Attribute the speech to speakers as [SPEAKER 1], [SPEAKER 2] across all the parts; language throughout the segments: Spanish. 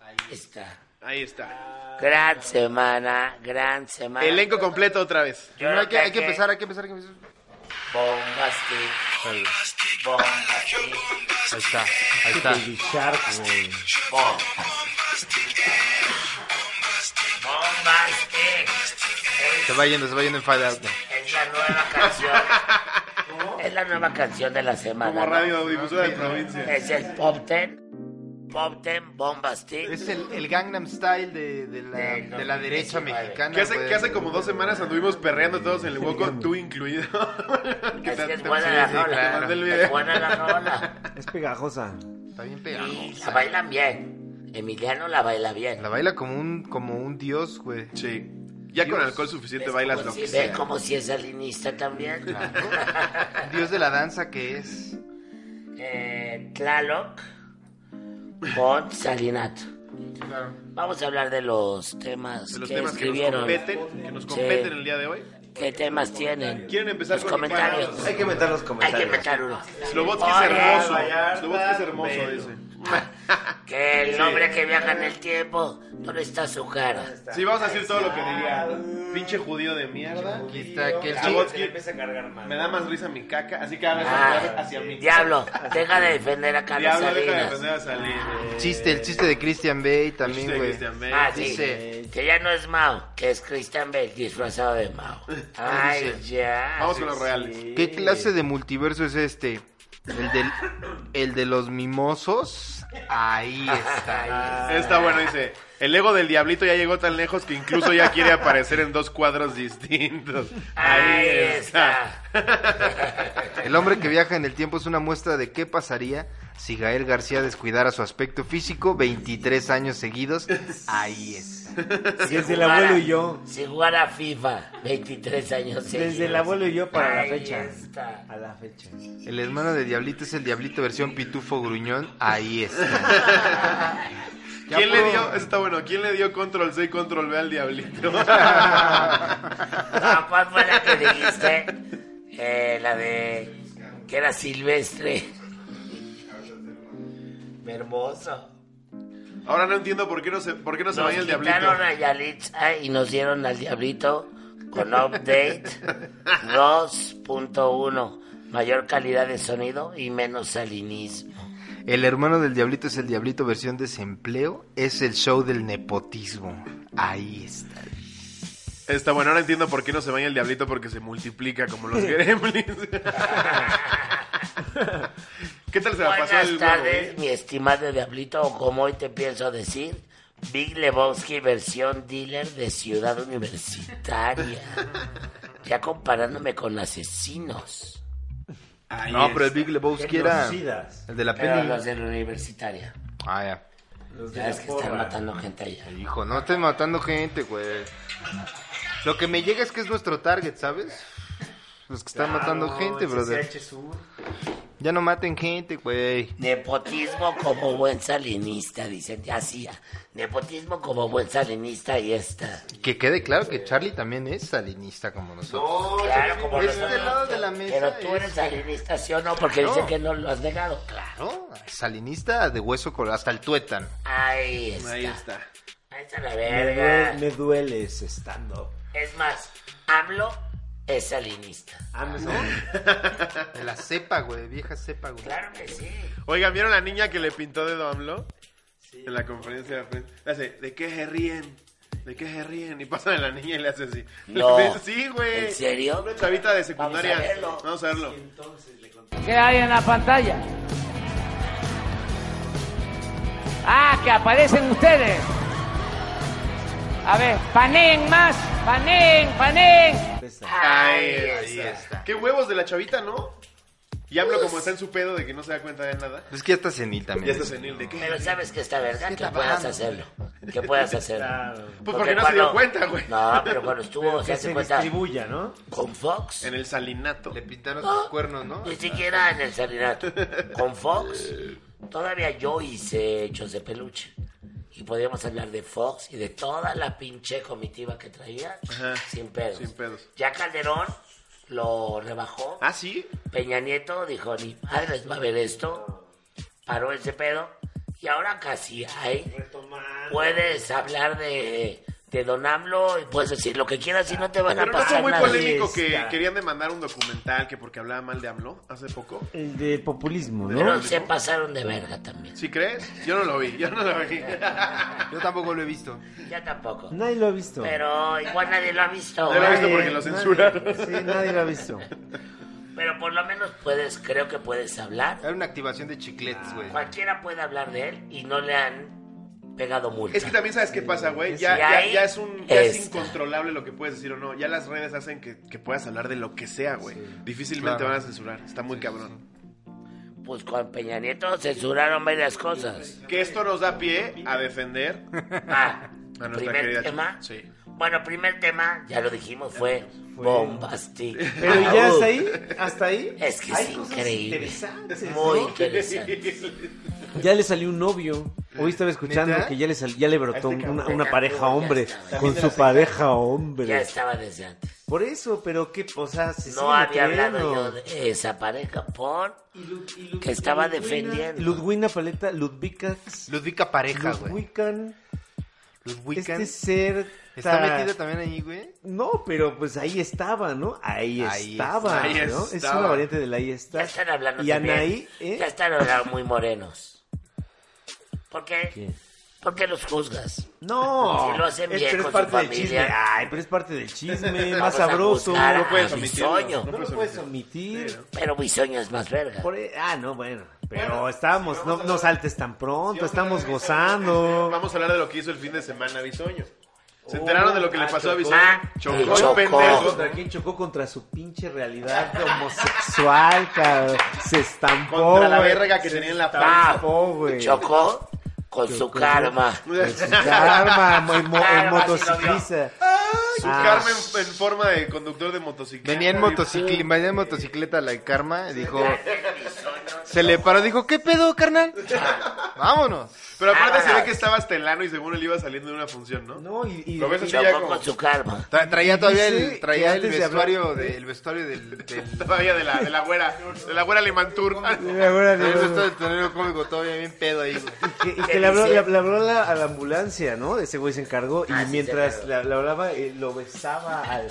[SPEAKER 1] Ahí está.
[SPEAKER 2] Ahí está.
[SPEAKER 1] Gran semana, gran semana.
[SPEAKER 2] Elenco completo otra vez.
[SPEAKER 1] Ah. Yo
[SPEAKER 2] No, hay, que,
[SPEAKER 1] creo
[SPEAKER 2] hay que
[SPEAKER 1] que-
[SPEAKER 2] empezar, hay que empezar, hay que empezar.
[SPEAKER 1] Bombastic. Bombastic.
[SPEAKER 3] Ahí está, ahí está.
[SPEAKER 4] Baby Shark, güey.
[SPEAKER 1] Bomb. Bombastic.
[SPEAKER 2] Se va yendo, se va yendo en Fade Out.
[SPEAKER 1] Es la nueva canción. Es la nueva canción de la semana.
[SPEAKER 2] Como
[SPEAKER 1] ¿no?
[SPEAKER 2] radio audiovisual de provincia.
[SPEAKER 1] Es el Pop Ten. Pop Ten Bombastic.
[SPEAKER 2] Es el, el Gangnam Style de, de la,
[SPEAKER 1] Del
[SPEAKER 2] de la derecha
[SPEAKER 1] 2019.
[SPEAKER 2] mexicana.
[SPEAKER 3] Que hace,
[SPEAKER 2] güey.
[SPEAKER 3] que hace como dos semanas anduvimos perreando todos en el hueco, tú incluido.
[SPEAKER 1] Es que es
[SPEAKER 2] Sí,
[SPEAKER 1] buena la
[SPEAKER 2] sí,
[SPEAKER 1] rola.
[SPEAKER 2] claro. Del
[SPEAKER 1] Es
[SPEAKER 2] video.
[SPEAKER 1] buena la rola.
[SPEAKER 4] Es pegajosa.
[SPEAKER 2] Está bien
[SPEAKER 1] Y
[SPEAKER 2] pegajosa.
[SPEAKER 1] la bailan bien. Emiliano la baila bien.
[SPEAKER 2] La baila como un, como un dios, güey.
[SPEAKER 3] Sí. Ya con alcohol suficiente
[SPEAKER 1] Ves
[SPEAKER 3] bailas
[SPEAKER 1] como
[SPEAKER 3] lo
[SPEAKER 1] si-
[SPEAKER 3] que
[SPEAKER 1] ve
[SPEAKER 3] sea.
[SPEAKER 1] como si es salinista también.
[SPEAKER 2] Ah, Un dios de la danza que es.
[SPEAKER 1] Eh, Tlaloc con Salinato.
[SPEAKER 2] Claro.
[SPEAKER 1] Vamos a hablar de los temas
[SPEAKER 3] De los
[SPEAKER 1] que
[SPEAKER 3] temas que nos
[SPEAKER 1] escribieron.
[SPEAKER 3] competen, que nos competen
[SPEAKER 1] Sí.
[SPEAKER 3] el día de hoy.
[SPEAKER 1] ¿Qué temas tienen?
[SPEAKER 3] ¿Quieren empezar
[SPEAKER 1] los
[SPEAKER 3] con
[SPEAKER 1] comentarios?
[SPEAKER 3] cuál?
[SPEAKER 4] Hay que meter los
[SPEAKER 1] Hay
[SPEAKER 4] comentarios.
[SPEAKER 1] que inventar uno.
[SPEAKER 3] Slobotsky es
[SPEAKER 1] Oye,
[SPEAKER 3] hermoso.
[SPEAKER 4] Vallarta,
[SPEAKER 3] Slobotsky es hermoso,
[SPEAKER 4] Melo.
[SPEAKER 3] dice.
[SPEAKER 1] Que el hombre que viaja en el tiempo, ¿dónde está su cara?
[SPEAKER 3] Sí, vamos a decir todo lo que diría. Pinche judío de mierda.
[SPEAKER 2] Aquí está, que el
[SPEAKER 3] Ah,
[SPEAKER 2] chico.
[SPEAKER 3] Slobotsky me da más risa mi caca, así que hagas
[SPEAKER 1] Ah,
[SPEAKER 3] hacia mí.
[SPEAKER 1] diablo, deja de defender a Carlos
[SPEAKER 3] Diablo, deja de
[SPEAKER 1] Salinas.
[SPEAKER 3] aprender a salir. eh.
[SPEAKER 2] Chiste, el chiste de Christian Bale también,
[SPEAKER 3] Chiste,
[SPEAKER 2] güey.
[SPEAKER 3] Christian Bale.
[SPEAKER 1] Ah, sí.
[SPEAKER 2] Dice-
[SPEAKER 1] Que ya no es Mao, que es Christian Bale disfrazado de Mao. Ay, ya.
[SPEAKER 3] Vamos con los reales.
[SPEAKER 2] ¿Qué clase de multiverso es este? El del, el de los mimosos. Ahí está.
[SPEAKER 3] Está bueno, dice. El ego del diablito ya llegó tan lejos que incluso ya quiere aparecer en dos cuadros distintos.
[SPEAKER 1] Ahí está.
[SPEAKER 2] El hombre que viaja en el tiempo es una muestra de qué pasaría si Gael García descuidara su aspecto físico 23 años seguidos. Ahí está.
[SPEAKER 4] Desde el
[SPEAKER 1] jugara-
[SPEAKER 4] abuelo y yo.
[SPEAKER 1] Si jugara FIFA, 23 años
[SPEAKER 4] Desde
[SPEAKER 1] seguidos.
[SPEAKER 4] el abuelo y yo para
[SPEAKER 1] Ahí
[SPEAKER 4] la fecha.
[SPEAKER 1] está.
[SPEAKER 4] A la fecha.
[SPEAKER 2] El hermano de Diablito es el Diablito versión Pitufo Gruñón. Ahí está. Ya
[SPEAKER 3] ¿Quién le
[SPEAKER 2] puedo-
[SPEAKER 3] dio? Está bueno, ¿quién le dio control C y control B al diablito?
[SPEAKER 1] No, ¿Cuál fue la que dijiste? Eh, la de. que era silvestre. Hermoso.
[SPEAKER 3] Ahora no entiendo por qué no se, por qué no se
[SPEAKER 1] Nos
[SPEAKER 3] baña el diablito.
[SPEAKER 1] quitaron a Yalitza y nos dieron al diablito con update 2.1. Mayor calidad de sonido y menos salinismo.
[SPEAKER 2] El hermano del Diablito es el Diablito versión desempleo. Es el show del nepotismo. Ahí está.
[SPEAKER 3] Está bueno, ahora entiendo por qué no se baña el diablito porque se multiplica como los gremlins. ¿Qué tal se la pasó
[SPEAKER 1] Buenas
[SPEAKER 3] el nuevo,
[SPEAKER 1] tardes,
[SPEAKER 3] eh?
[SPEAKER 1] mi estimado diablito, o como hoy te pienso decir, Big Lebowski versión dealer de Ciudad Universitaria. Ya comparándome con asesinos.
[SPEAKER 2] No, pero el Big Lebowski era
[SPEAKER 4] Genocidas.
[SPEAKER 2] el de la
[SPEAKER 1] Pero
[SPEAKER 2] peli.
[SPEAKER 1] los de la universitaria.
[SPEAKER 2] Ah, ya.
[SPEAKER 4] Los de
[SPEAKER 1] Ya
[SPEAKER 4] la
[SPEAKER 1] es que están
[SPEAKER 4] porra.
[SPEAKER 1] matando gente allá.
[SPEAKER 2] Hijo, no estés matando gente, güey. Lo que me llega es que es nuestro target, ¿sabes? Los que están
[SPEAKER 4] Ah,
[SPEAKER 2] matando gente, brother.
[SPEAKER 4] CCH Sur.
[SPEAKER 2] Ya no maten gente, güey.
[SPEAKER 1] Nepotismo como buen salinista, dicen. Ya sí, ya. Nepotismo como buen salinista y esta.
[SPEAKER 2] Que quede claro que Charlie también es salinista como nosotros.
[SPEAKER 1] Claro, como
[SPEAKER 2] de
[SPEAKER 1] los
[SPEAKER 2] este
[SPEAKER 1] otros.
[SPEAKER 2] lado de la mesa
[SPEAKER 1] Pero tú
[SPEAKER 2] es-
[SPEAKER 1] eres salinista, ¿sí o no? Porque
[SPEAKER 2] No.
[SPEAKER 1] dice que no lo has negado. Claro.
[SPEAKER 2] No, salinista de hueso colorado, hasta el tuétano.
[SPEAKER 1] Ahí está.
[SPEAKER 3] Ahí está.
[SPEAKER 1] Ahí está la
[SPEAKER 4] Me
[SPEAKER 1] verga.
[SPEAKER 4] duele- me dueles estando.
[SPEAKER 1] Es más, AMLO es salinista.
[SPEAKER 4] Ah,
[SPEAKER 2] De la cepa, güey, vieja cepa, güey.
[SPEAKER 1] Claro que sí.
[SPEAKER 3] Oigan, ¿vieron la niña que le pintó dedo a AMLO? En la conferencia de prensa. Le hace, ¿de qué se ríen? ¿De qué se ríen? Y pasa de la niña y le hace así.
[SPEAKER 1] No.
[SPEAKER 3] Sí, güey.
[SPEAKER 1] ¿En serio?
[SPEAKER 3] Una chavita de secundaria.
[SPEAKER 1] Vamos a verlo.
[SPEAKER 3] Vamos a verlo.
[SPEAKER 5] ¿Qué hay en la pantalla? Ah, que aparecen ustedes. A ver, panen más, panen, panen.
[SPEAKER 1] Ahí
[SPEAKER 3] Ahí está. Qué huevos de la chavita, ¿no? Y hablo como está en su pedo de que no se da cuenta de nada.
[SPEAKER 2] Es que ya está senil también.
[SPEAKER 3] Ya está senil de qué.
[SPEAKER 1] Pero sabes que está verga que puedas hacerlo. Que puedas hacerlo.
[SPEAKER 3] Pues porque no se dio cuenta, güey.
[SPEAKER 1] No, pero cuando estuvo,
[SPEAKER 4] Pero
[SPEAKER 1] se
[SPEAKER 4] que
[SPEAKER 1] hace
[SPEAKER 4] se
[SPEAKER 1] cuenta
[SPEAKER 4] distribuya, ¿no?
[SPEAKER 1] con Fox.
[SPEAKER 3] En el salinato.
[SPEAKER 2] Le pintaron
[SPEAKER 1] Ah.
[SPEAKER 2] sus cuernos, ¿no?
[SPEAKER 1] Ni siquiera en el salinato. Con Fox, todavía yo hice hechos de peluche. Y podíamos hablar de Fox y de toda la pinche comitiva que traía
[SPEAKER 3] Ajá,
[SPEAKER 1] sin pedos.
[SPEAKER 3] sin pedos.
[SPEAKER 1] Ya Calderón lo rebajó.
[SPEAKER 3] Ah, sí.
[SPEAKER 1] Peña Nieto dijo, ni madres va a ver esto. Paró ese pedo. Y ahora casi hay. Puedes hablar de, de Don AMLO y puedes decir lo que quieras y no te van a
[SPEAKER 3] Pero no
[SPEAKER 1] pasar
[SPEAKER 3] fue muy
[SPEAKER 1] nada.
[SPEAKER 3] polémico que
[SPEAKER 4] Está.
[SPEAKER 3] querían demandar un documental que porque hablaba mal de AMLO hace poco.
[SPEAKER 4] El de populismo, ¿no?
[SPEAKER 1] Pero se pasaron de verga también.
[SPEAKER 3] ¿Sí crees? Yo no lo vi, yo no lo vi.
[SPEAKER 2] Yo tampoco lo he visto.
[SPEAKER 1] Ya tampoco.
[SPEAKER 4] Nadie lo ha visto.
[SPEAKER 1] Pero igual nadie lo ha visto.
[SPEAKER 3] Nadie lo ha
[SPEAKER 1] güey.
[SPEAKER 3] visto porque lo
[SPEAKER 4] Nadie-
[SPEAKER 3] censuraron.
[SPEAKER 4] Sí, nadie lo ha visto.
[SPEAKER 1] Pero por lo menos puedes, creo que puedes hablar.
[SPEAKER 2] Era una activación de chicletes, güey.
[SPEAKER 1] Cualquiera puede hablar de él y no le han pegado multa.
[SPEAKER 3] Es que también sabes qué pasa, güey.
[SPEAKER 1] Sí,
[SPEAKER 3] Ya, ya,
[SPEAKER 1] ahí
[SPEAKER 3] ya es un ya es
[SPEAKER 1] está.
[SPEAKER 3] incontrolable lo que puedes decir o no. Ya las redes hacen que, que puedas hablar de lo que sea, güey. Difícilmente
[SPEAKER 2] Claro.
[SPEAKER 3] van a censurar. Está muy cabrón.
[SPEAKER 1] Pues con Peña Nieto censuraron varias cosas.
[SPEAKER 3] Que esto nos da pie a defender
[SPEAKER 1] Ah,
[SPEAKER 3] a nuestra
[SPEAKER 1] primer
[SPEAKER 3] querida.
[SPEAKER 1] tema.
[SPEAKER 3] Sí.
[SPEAKER 1] Bueno, primer tema, ya lo dijimos, fue bombastic.
[SPEAKER 4] Pero ya hasta ahí, hasta ahí.
[SPEAKER 1] Es que
[SPEAKER 4] hay
[SPEAKER 1] es
[SPEAKER 4] cosas
[SPEAKER 1] increíble.
[SPEAKER 4] interesantes, ¿no?
[SPEAKER 1] Muy interesante.
[SPEAKER 4] Ya le salió un novio. Hoy estaba escuchando
[SPEAKER 2] ¿Neta?
[SPEAKER 4] que ya le, sal- ya le brotó un- una, una pareja hombre
[SPEAKER 1] Ya está.
[SPEAKER 4] con su pareja hombre.
[SPEAKER 1] Ya estaba desde antes.
[SPEAKER 4] Por eso, pero qué, o sea, se
[SPEAKER 1] No
[SPEAKER 4] sigue
[SPEAKER 1] había
[SPEAKER 4] creyendo.
[SPEAKER 1] hablado yo de esa pareja por que estaba defendiendo.
[SPEAKER 4] Ludwina Paleta, Ludvicax,
[SPEAKER 2] Ludvica pareja, güey.
[SPEAKER 4] Ludwican,
[SPEAKER 2] Ludvican.
[SPEAKER 4] este ser
[SPEAKER 2] ¿Está
[SPEAKER 4] tan-
[SPEAKER 2] metida también ahí, güey?
[SPEAKER 4] No, pero pues ahí estaba, ¿no? Ahí,
[SPEAKER 2] Ahí
[SPEAKER 4] estaba,
[SPEAKER 3] está. Ahí
[SPEAKER 4] ¿no? Es
[SPEAKER 3] estaba.
[SPEAKER 4] una variante del ahí está.
[SPEAKER 1] Ya están hablando
[SPEAKER 4] Y
[SPEAKER 1] también.
[SPEAKER 4] Anaí, ¿eh?
[SPEAKER 1] Ya están hablando muy morenos. ¿Por qué? ¿Por qué los juzgas?
[SPEAKER 4] No,
[SPEAKER 1] Si lo hacen
[SPEAKER 4] es,
[SPEAKER 1] bien
[SPEAKER 4] pero
[SPEAKER 1] con
[SPEAKER 4] es
[SPEAKER 1] su
[SPEAKER 4] parte del
[SPEAKER 1] familia.
[SPEAKER 4] chisme. Ay, pero es parte del chisme, más
[SPEAKER 1] Vamos a
[SPEAKER 4] sabroso.
[SPEAKER 1] juzgar
[SPEAKER 4] No
[SPEAKER 1] a
[SPEAKER 4] puedes,
[SPEAKER 3] omitir.
[SPEAKER 1] Bisoño.
[SPEAKER 4] no lo puedes omitir.
[SPEAKER 1] Pero Bisoño es más verga.
[SPEAKER 4] Por e- ah, no, bueno. Pero estamos, no, no saltes tan pronto, estamos gozando.
[SPEAKER 3] Vamos a hablar de lo que hizo el fin de semana Bisoño. ¿Se enteraron de lo que le
[SPEAKER 4] Ah,
[SPEAKER 3] pasó a
[SPEAKER 4] chocó.
[SPEAKER 3] Bisoño?
[SPEAKER 1] Oh, Ah,
[SPEAKER 3] Chocó,
[SPEAKER 1] chocó.
[SPEAKER 3] el pendejo.
[SPEAKER 4] ¿Contra quién chocó? Contra su pinche realidad homosexual, cabrón. Se estampó.
[SPEAKER 3] Contra la
[SPEAKER 4] güey.
[SPEAKER 3] verga que tenía en la
[SPEAKER 4] Está-
[SPEAKER 3] panza.
[SPEAKER 1] Ah,
[SPEAKER 4] chocó, güey.
[SPEAKER 1] Chocó con su
[SPEAKER 4] Chocó.
[SPEAKER 1] karma.
[SPEAKER 4] Su karma, mo- en mo- en
[SPEAKER 1] Karma, sí lo
[SPEAKER 4] motociclista.
[SPEAKER 3] Su
[SPEAKER 4] Ah.
[SPEAKER 3] Carmen en forma de conductor de motocicleta.
[SPEAKER 2] Venía en
[SPEAKER 3] Y
[SPEAKER 2] motocicleta,
[SPEAKER 3] ¡pum!
[SPEAKER 2] venía en motocicleta la Karma, dijo, se le paró, dijo, ¿qué pedo, carnal? Vámonos.
[SPEAKER 3] Pero
[SPEAKER 2] Ah,
[SPEAKER 3] aparte se
[SPEAKER 1] Vámonos.
[SPEAKER 3] ve que estaba hasta el ano y según él iba saliendo de una función, ¿no?
[SPEAKER 4] No, y, y-
[SPEAKER 3] Lo ves así ya
[SPEAKER 1] Chocó
[SPEAKER 3] como
[SPEAKER 1] con su karma.
[SPEAKER 2] Tra- traía todavía el,
[SPEAKER 4] Dice
[SPEAKER 2] traía
[SPEAKER 4] que
[SPEAKER 2] el
[SPEAKER 4] antes de hablar-
[SPEAKER 2] vestuario, de- el vestuario del, del-
[SPEAKER 3] todavía de la, de la güera, de la güera Limantur.
[SPEAKER 4] Me
[SPEAKER 2] traía
[SPEAKER 4] acuerdo de-
[SPEAKER 2] el vestuario del tonero cómico todavía bien pedo ahí, güey.
[SPEAKER 4] que, y
[SPEAKER 1] ¿Qué
[SPEAKER 4] que le habló,
[SPEAKER 1] dice?
[SPEAKER 4] le- le habló a, la, a la ambulancia, ¿no? Ese güey se encargó
[SPEAKER 1] Ah, sí,
[SPEAKER 4] y
[SPEAKER 1] se
[SPEAKER 4] mientras
[SPEAKER 1] encargó.
[SPEAKER 4] la- le hablaba, eh, lo besaba al,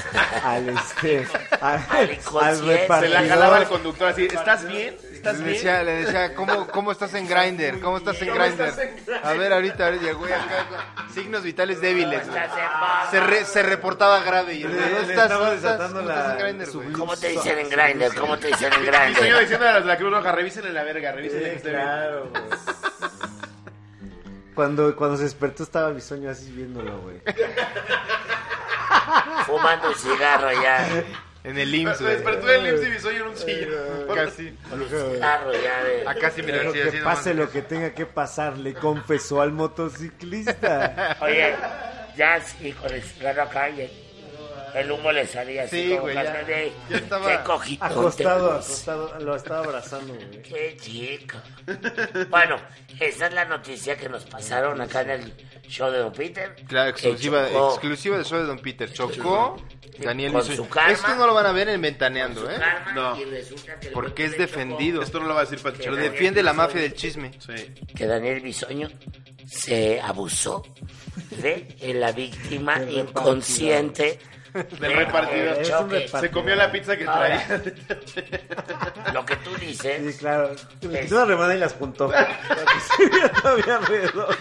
[SPEAKER 4] al, este, al,
[SPEAKER 1] inconsciente.
[SPEAKER 3] Se la
[SPEAKER 4] repartidor.
[SPEAKER 3] jalaba el conductor así, ¿estás bien? ¿Estás
[SPEAKER 2] Le
[SPEAKER 3] bien?
[SPEAKER 2] decía, le decía, ¿cómo, cómo estás en Grinder? ¿Cómo estás en
[SPEAKER 3] ¿Cómo estás
[SPEAKER 2] Grinder? A ver, ahorita, ahorita, y el güey, acá, con signos vitales débiles. güey.
[SPEAKER 1] Estás en paz.
[SPEAKER 2] Se, re- se reportaba grave y el güey,
[SPEAKER 4] Le-
[SPEAKER 2] ¿dónde
[SPEAKER 4] le
[SPEAKER 2] estás?
[SPEAKER 4] estaba
[SPEAKER 2] ¿Dónde estás?
[SPEAKER 4] desatando
[SPEAKER 2] ¿Dónde estás en
[SPEAKER 4] la-
[SPEAKER 2] Grindr,
[SPEAKER 4] su
[SPEAKER 2] güey?
[SPEAKER 1] ¿Cómo te dicen en Grindr? ¿Cómo te dicen en
[SPEAKER 3] Bisoño
[SPEAKER 1] Grindr?
[SPEAKER 3] diciendo a los de la Cruz Roja, revísenle la verga, revísenle que esté bien".
[SPEAKER 4] Claro, güey. Cuando, cuando se despertó estaba Bisoño así viéndolo, güey.
[SPEAKER 1] Fumando un cigarro ya.
[SPEAKER 2] En el
[SPEAKER 3] Pero
[SPEAKER 2] IMSS,
[SPEAKER 3] Se
[SPEAKER 2] güey.
[SPEAKER 3] despertó el Lips y Bisoño en un sillón.
[SPEAKER 2] Casi.
[SPEAKER 1] Cigarro ya de...
[SPEAKER 2] Acá sí me
[SPEAKER 4] Pero
[SPEAKER 2] lo
[SPEAKER 4] que pase lo que tenga que pasar, le confesó al motociclista.
[SPEAKER 1] Oye, ya y con el cigarro acá y el, el humo le salía así
[SPEAKER 2] Sí,
[SPEAKER 1] como
[SPEAKER 2] güey, ya.
[SPEAKER 1] carne de-
[SPEAKER 2] Ya estaba
[SPEAKER 1] Qué cojito.
[SPEAKER 4] Acostado, acostado, lo estaba abrazando, güey.
[SPEAKER 1] Qué chico. Bueno, esa es la noticia que nos pasaron acá en el show de Don Peter.
[SPEAKER 2] Claro,
[SPEAKER 1] Que
[SPEAKER 2] exclusiva,
[SPEAKER 1] chocó
[SPEAKER 2] exclusiva del show de Don Peter. Chocó Daniel
[SPEAKER 1] Con
[SPEAKER 2] Bisoño.
[SPEAKER 1] su karma.
[SPEAKER 2] Esto no lo van a ver en Ventaneando, ¿eh?
[SPEAKER 1] karma
[SPEAKER 3] No.
[SPEAKER 1] y resulta que el
[SPEAKER 2] Porque
[SPEAKER 1] güey
[SPEAKER 2] es
[SPEAKER 1] que le chocó-
[SPEAKER 2] defendido.
[SPEAKER 3] Esto no lo va a decir Pati
[SPEAKER 2] Lo
[SPEAKER 1] Daniel
[SPEAKER 2] defiende la
[SPEAKER 1] Bisoño.
[SPEAKER 2] mafia del chisme.
[SPEAKER 3] Sí.
[SPEAKER 1] que Daniel Bisoño se abusó de la víctima inconsciente
[SPEAKER 3] Del repartidor.
[SPEAKER 1] del
[SPEAKER 4] Es un
[SPEAKER 1] choque.
[SPEAKER 4] repartidor.
[SPEAKER 3] Se comió la pizza que
[SPEAKER 2] Ah,
[SPEAKER 1] Ahora.
[SPEAKER 3] traía.
[SPEAKER 1] Lo que tú dices,
[SPEAKER 4] Sí, claro. Le quitó una rebanada y las juntó. Para que se viera todavía redonda.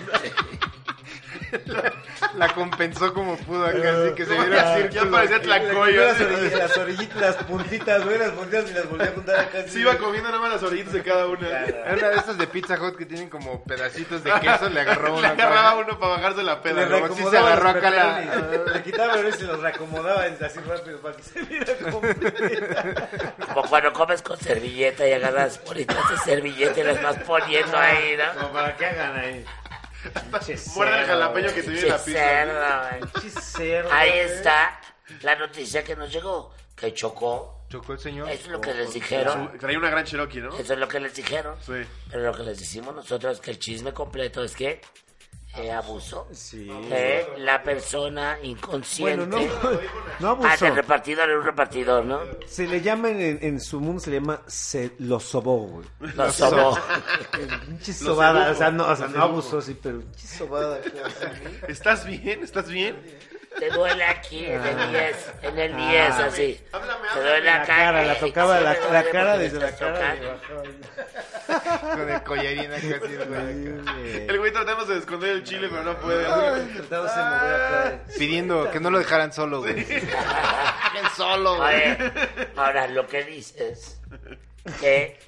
[SPEAKER 2] La compensó como pudo acá, así que se viera
[SPEAKER 3] Ya
[SPEAKER 2] el círculo.
[SPEAKER 3] parecía tlacoyo.
[SPEAKER 4] Las, orillas, las orillitas, las puntitas, güey, las puntitas y las volví a juntar acá.
[SPEAKER 3] Se iba comiendo nada más las orillitas de cada una.
[SPEAKER 2] Era una de estas de Pizza Hut que tienen como pedacitos de queso, le agarró
[SPEAKER 3] Le
[SPEAKER 2] una.
[SPEAKER 3] agarraba uno para bajarse la
[SPEAKER 4] Le
[SPEAKER 3] peda.
[SPEAKER 2] Pero
[SPEAKER 3] ¿no?
[SPEAKER 2] sí
[SPEAKER 4] reacomodaba
[SPEAKER 2] se agarró
[SPEAKER 4] los
[SPEAKER 2] acá la-
[SPEAKER 4] pepperonis, Le quitaba el y se los reacomodaba así rápido para que se viera completa.
[SPEAKER 1] Como cuando comes con servilleta y agarras bolitas de servilleta y las vas poniendo ahí, ¿no?
[SPEAKER 4] Como para que hagan ahí.
[SPEAKER 3] Muerde el jalapeño que te viene en la
[SPEAKER 1] Pinche
[SPEAKER 3] pizza. ¿no?
[SPEAKER 1] cerdo, güey.
[SPEAKER 4] Chisero.
[SPEAKER 1] Ahí está la noticia que nos llegó, que chocó.
[SPEAKER 2] Chocó el señor.
[SPEAKER 1] Eso es lo que les dijeron.
[SPEAKER 3] Traía una gran Cherokee, ¿no?
[SPEAKER 1] Eso es lo que les dijeron.
[SPEAKER 3] Sí.
[SPEAKER 1] Pero lo que les decimos nosotros, que el chisme completo es que eh, abusó.
[SPEAKER 4] Sí.
[SPEAKER 1] Que la persona inconsciente.
[SPEAKER 4] Bueno, no, no
[SPEAKER 1] Ah,
[SPEAKER 4] abusó.
[SPEAKER 1] del repartidor era un repartidor, ¿no?
[SPEAKER 4] Se le llama en, en su mundo, se le llama se lo sobó, güey.
[SPEAKER 1] Lo sobó.
[SPEAKER 4] Pinche
[SPEAKER 3] Lo
[SPEAKER 4] sobada,
[SPEAKER 3] sedujo.
[SPEAKER 4] o sea, no, o sea,
[SPEAKER 3] Lo
[SPEAKER 4] no
[SPEAKER 3] sedujo.
[SPEAKER 4] abusó, sí, pero pinche sobada. claro, sí.
[SPEAKER 3] ¿Estás bien? ¿Estás bien?
[SPEAKER 1] Te duele aquí, en
[SPEAKER 4] Ah.
[SPEAKER 1] el 10, en el 10, así.
[SPEAKER 3] háblame,
[SPEAKER 1] Te duele
[SPEAKER 4] La
[SPEAKER 1] acá,
[SPEAKER 4] cara,
[SPEAKER 1] eh,
[SPEAKER 4] la tocaba,
[SPEAKER 1] sí,
[SPEAKER 4] la,
[SPEAKER 1] me duele
[SPEAKER 4] la
[SPEAKER 1] porque
[SPEAKER 4] cara
[SPEAKER 1] me
[SPEAKER 4] desde la
[SPEAKER 1] estás
[SPEAKER 4] cara. le
[SPEAKER 1] tocando.
[SPEAKER 4] bajaba.
[SPEAKER 2] Con el collarín acá, así, el güey, acá.
[SPEAKER 3] El güey tratamos de esconder el chile, pero no puede.
[SPEAKER 4] Trataba de mover acá.
[SPEAKER 2] Pidiendo que no lo dejaran solo, güey. Dejen solo, güey.
[SPEAKER 1] Oye, ahora lo que dices, que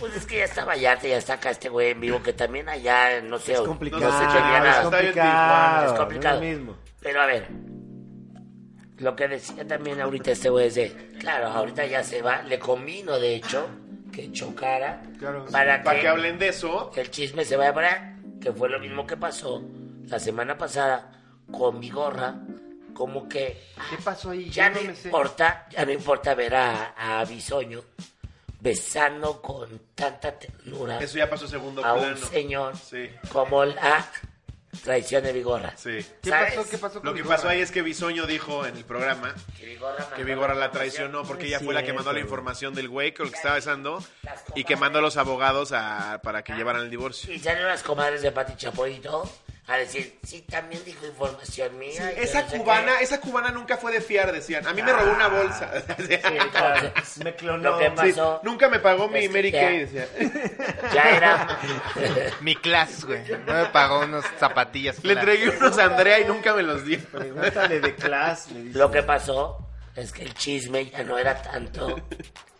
[SPEAKER 1] pues es que ya estaba allá, que ya está acá este güey en vivo, que también allá, no sé,
[SPEAKER 4] Es
[SPEAKER 1] no sé,
[SPEAKER 4] complicado,
[SPEAKER 1] tenía
[SPEAKER 4] es
[SPEAKER 1] nada.
[SPEAKER 3] está bien Tijuana,
[SPEAKER 4] complicado.
[SPEAKER 1] es complicado.
[SPEAKER 4] no es lo mismo.
[SPEAKER 1] Pero a ver, lo que decía también ahorita este güey es de, claro, ahorita ya se va, le convino de hecho que chocara
[SPEAKER 2] Claro,
[SPEAKER 1] para,
[SPEAKER 3] Para
[SPEAKER 1] que,
[SPEAKER 3] que hablen de eso.
[SPEAKER 1] que el chisme se vaya para allá, que fue lo mismo que pasó la semana pasada con mi gorra, como que
[SPEAKER 2] ¿Qué pasó ahí?
[SPEAKER 1] ya
[SPEAKER 2] Ya
[SPEAKER 1] no
[SPEAKER 2] no me sé.
[SPEAKER 1] importa, ya no importa ver a, a Bisoño besando con tanta ternura
[SPEAKER 3] Eso ya pasó a segundo
[SPEAKER 1] a
[SPEAKER 3] plano.
[SPEAKER 1] un señor
[SPEAKER 3] Sí.
[SPEAKER 1] como la traición de Vigorra.
[SPEAKER 3] Sí.
[SPEAKER 2] ¿Qué
[SPEAKER 1] ¿Sabes?
[SPEAKER 2] pasó? ¿Qué pasó con
[SPEAKER 3] Lo que
[SPEAKER 2] Vigorra?
[SPEAKER 3] pasó ahí es que Bisoño dijo en el programa
[SPEAKER 1] Que Vigorra, mandó
[SPEAKER 3] que Vigora la
[SPEAKER 1] información.
[SPEAKER 3] traicionó porque
[SPEAKER 4] Es
[SPEAKER 3] ella fue la que
[SPEAKER 4] cierto,
[SPEAKER 3] mandó la
[SPEAKER 4] güey.
[SPEAKER 3] información del güey con el que estaba besando y que mandó a los abogados a, para
[SPEAKER 1] Ah,
[SPEAKER 3] que llevaran el divorcio.
[SPEAKER 1] Y salieron las comadres de Pati Chapoy y todo a decir, sí, también dijo información mía. y que
[SPEAKER 3] Esa
[SPEAKER 1] no sé
[SPEAKER 3] cubana,
[SPEAKER 1] qué.
[SPEAKER 3] esa cubana nunca fue de fiar, decían. A mí me robó una bolsa.
[SPEAKER 1] claro.
[SPEAKER 4] Me clonó.
[SPEAKER 1] Lo que
[SPEAKER 3] Sí,
[SPEAKER 1] pasó,
[SPEAKER 3] nunca me pagó
[SPEAKER 1] Es
[SPEAKER 3] mi
[SPEAKER 1] que
[SPEAKER 3] Mary
[SPEAKER 1] ya-
[SPEAKER 3] Kay, decía.
[SPEAKER 1] ya era...
[SPEAKER 2] Mi clase, güey. No me pagó unas zapatillas.
[SPEAKER 3] Le
[SPEAKER 2] Class.
[SPEAKER 3] entregué unos a Andrea y nunca me los dio.
[SPEAKER 4] Pregúntale de class, le dice.
[SPEAKER 1] Lo que pasó es que el chisme ya no era tanto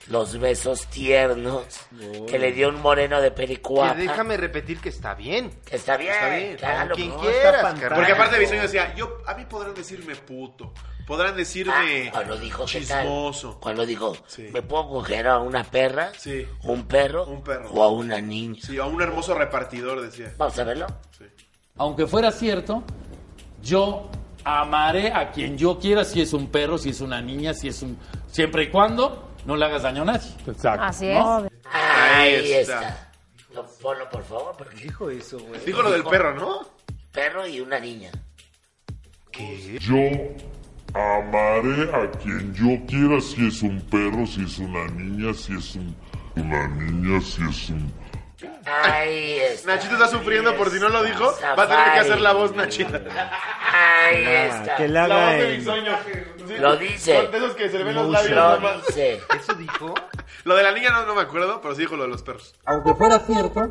[SPEAKER 1] los besos tiernos que le dio un moreno de
[SPEAKER 2] Que
[SPEAKER 1] pericuapa.
[SPEAKER 2] déjame repetir que está bien.
[SPEAKER 1] Que está bien,
[SPEAKER 2] Está bien.
[SPEAKER 1] claro.
[SPEAKER 2] Con quien
[SPEAKER 1] no,
[SPEAKER 2] quieras,
[SPEAKER 4] está
[SPEAKER 2] carnal.
[SPEAKER 3] Porque aparte Bisoño decía, yo, a mí podrán decirme puto, podrán decirme
[SPEAKER 1] Ah, cuando dijo ¿qué tal?
[SPEAKER 3] chismoso.
[SPEAKER 1] Cuando dijo,
[SPEAKER 3] Sí.
[SPEAKER 1] ¿me puedo coger a una perra?
[SPEAKER 3] Sí.
[SPEAKER 1] ¿Un perro?
[SPEAKER 3] Un perro.
[SPEAKER 1] ¿O a una niña?
[SPEAKER 3] Sí, a un hermoso repartidor, decía.
[SPEAKER 1] Vamos a verlo.
[SPEAKER 6] Aunque fuera cierto, yo amaré a quien yo quiera, si es un perro, si es una niña, si es un... Siempre y cuando no le hagas daño a nadie. Exacto.
[SPEAKER 7] Así es.
[SPEAKER 1] Ahí,
[SPEAKER 3] Ahí
[SPEAKER 1] está.
[SPEAKER 3] está.
[SPEAKER 1] Lo- ponlo, por favor, porque dijo
[SPEAKER 4] Dijo eso, güey.
[SPEAKER 3] Dijo lo del perro, ¿no?
[SPEAKER 1] perro y una niña.
[SPEAKER 8] Yo amaré a quien yo quiera, si es un perro, si es una niña, si es un, una niña, si es un...
[SPEAKER 1] Ahí está.
[SPEAKER 3] Nachito está sufriendo por si no lo dijo.
[SPEAKER 1] Safari.
[SPEAKER 3] Va a tener que hacer la voz, Nachito.
[SPEAKER 1] Ahí está.
[SPEAKER 4] que la
[SPEAKER 3] La voz
[SPEAKER 4] haga
[SPEAKER 3] de
[SPEAKER 4] en...
[SPEAKER 3] Bisoño. Sí.
[SPEAKER 1] Lo dice.
[SPEAKER 3] Son de esos que se le ven los
[SPEAKER 4] Mucho.
[SPEAKER 3] labios.
[SPEAKER 1] Lo
[SPEAKER 3] nomás.
[SPEAKER 1] dice.
[SPEAKER 2] ¿Eso dijo?
[SPEAKER 3] Lo de la niña no, no me acuerdo, pero sí dijo lo de los perros.
[SPEAKER 6] Aunque fuera cierto,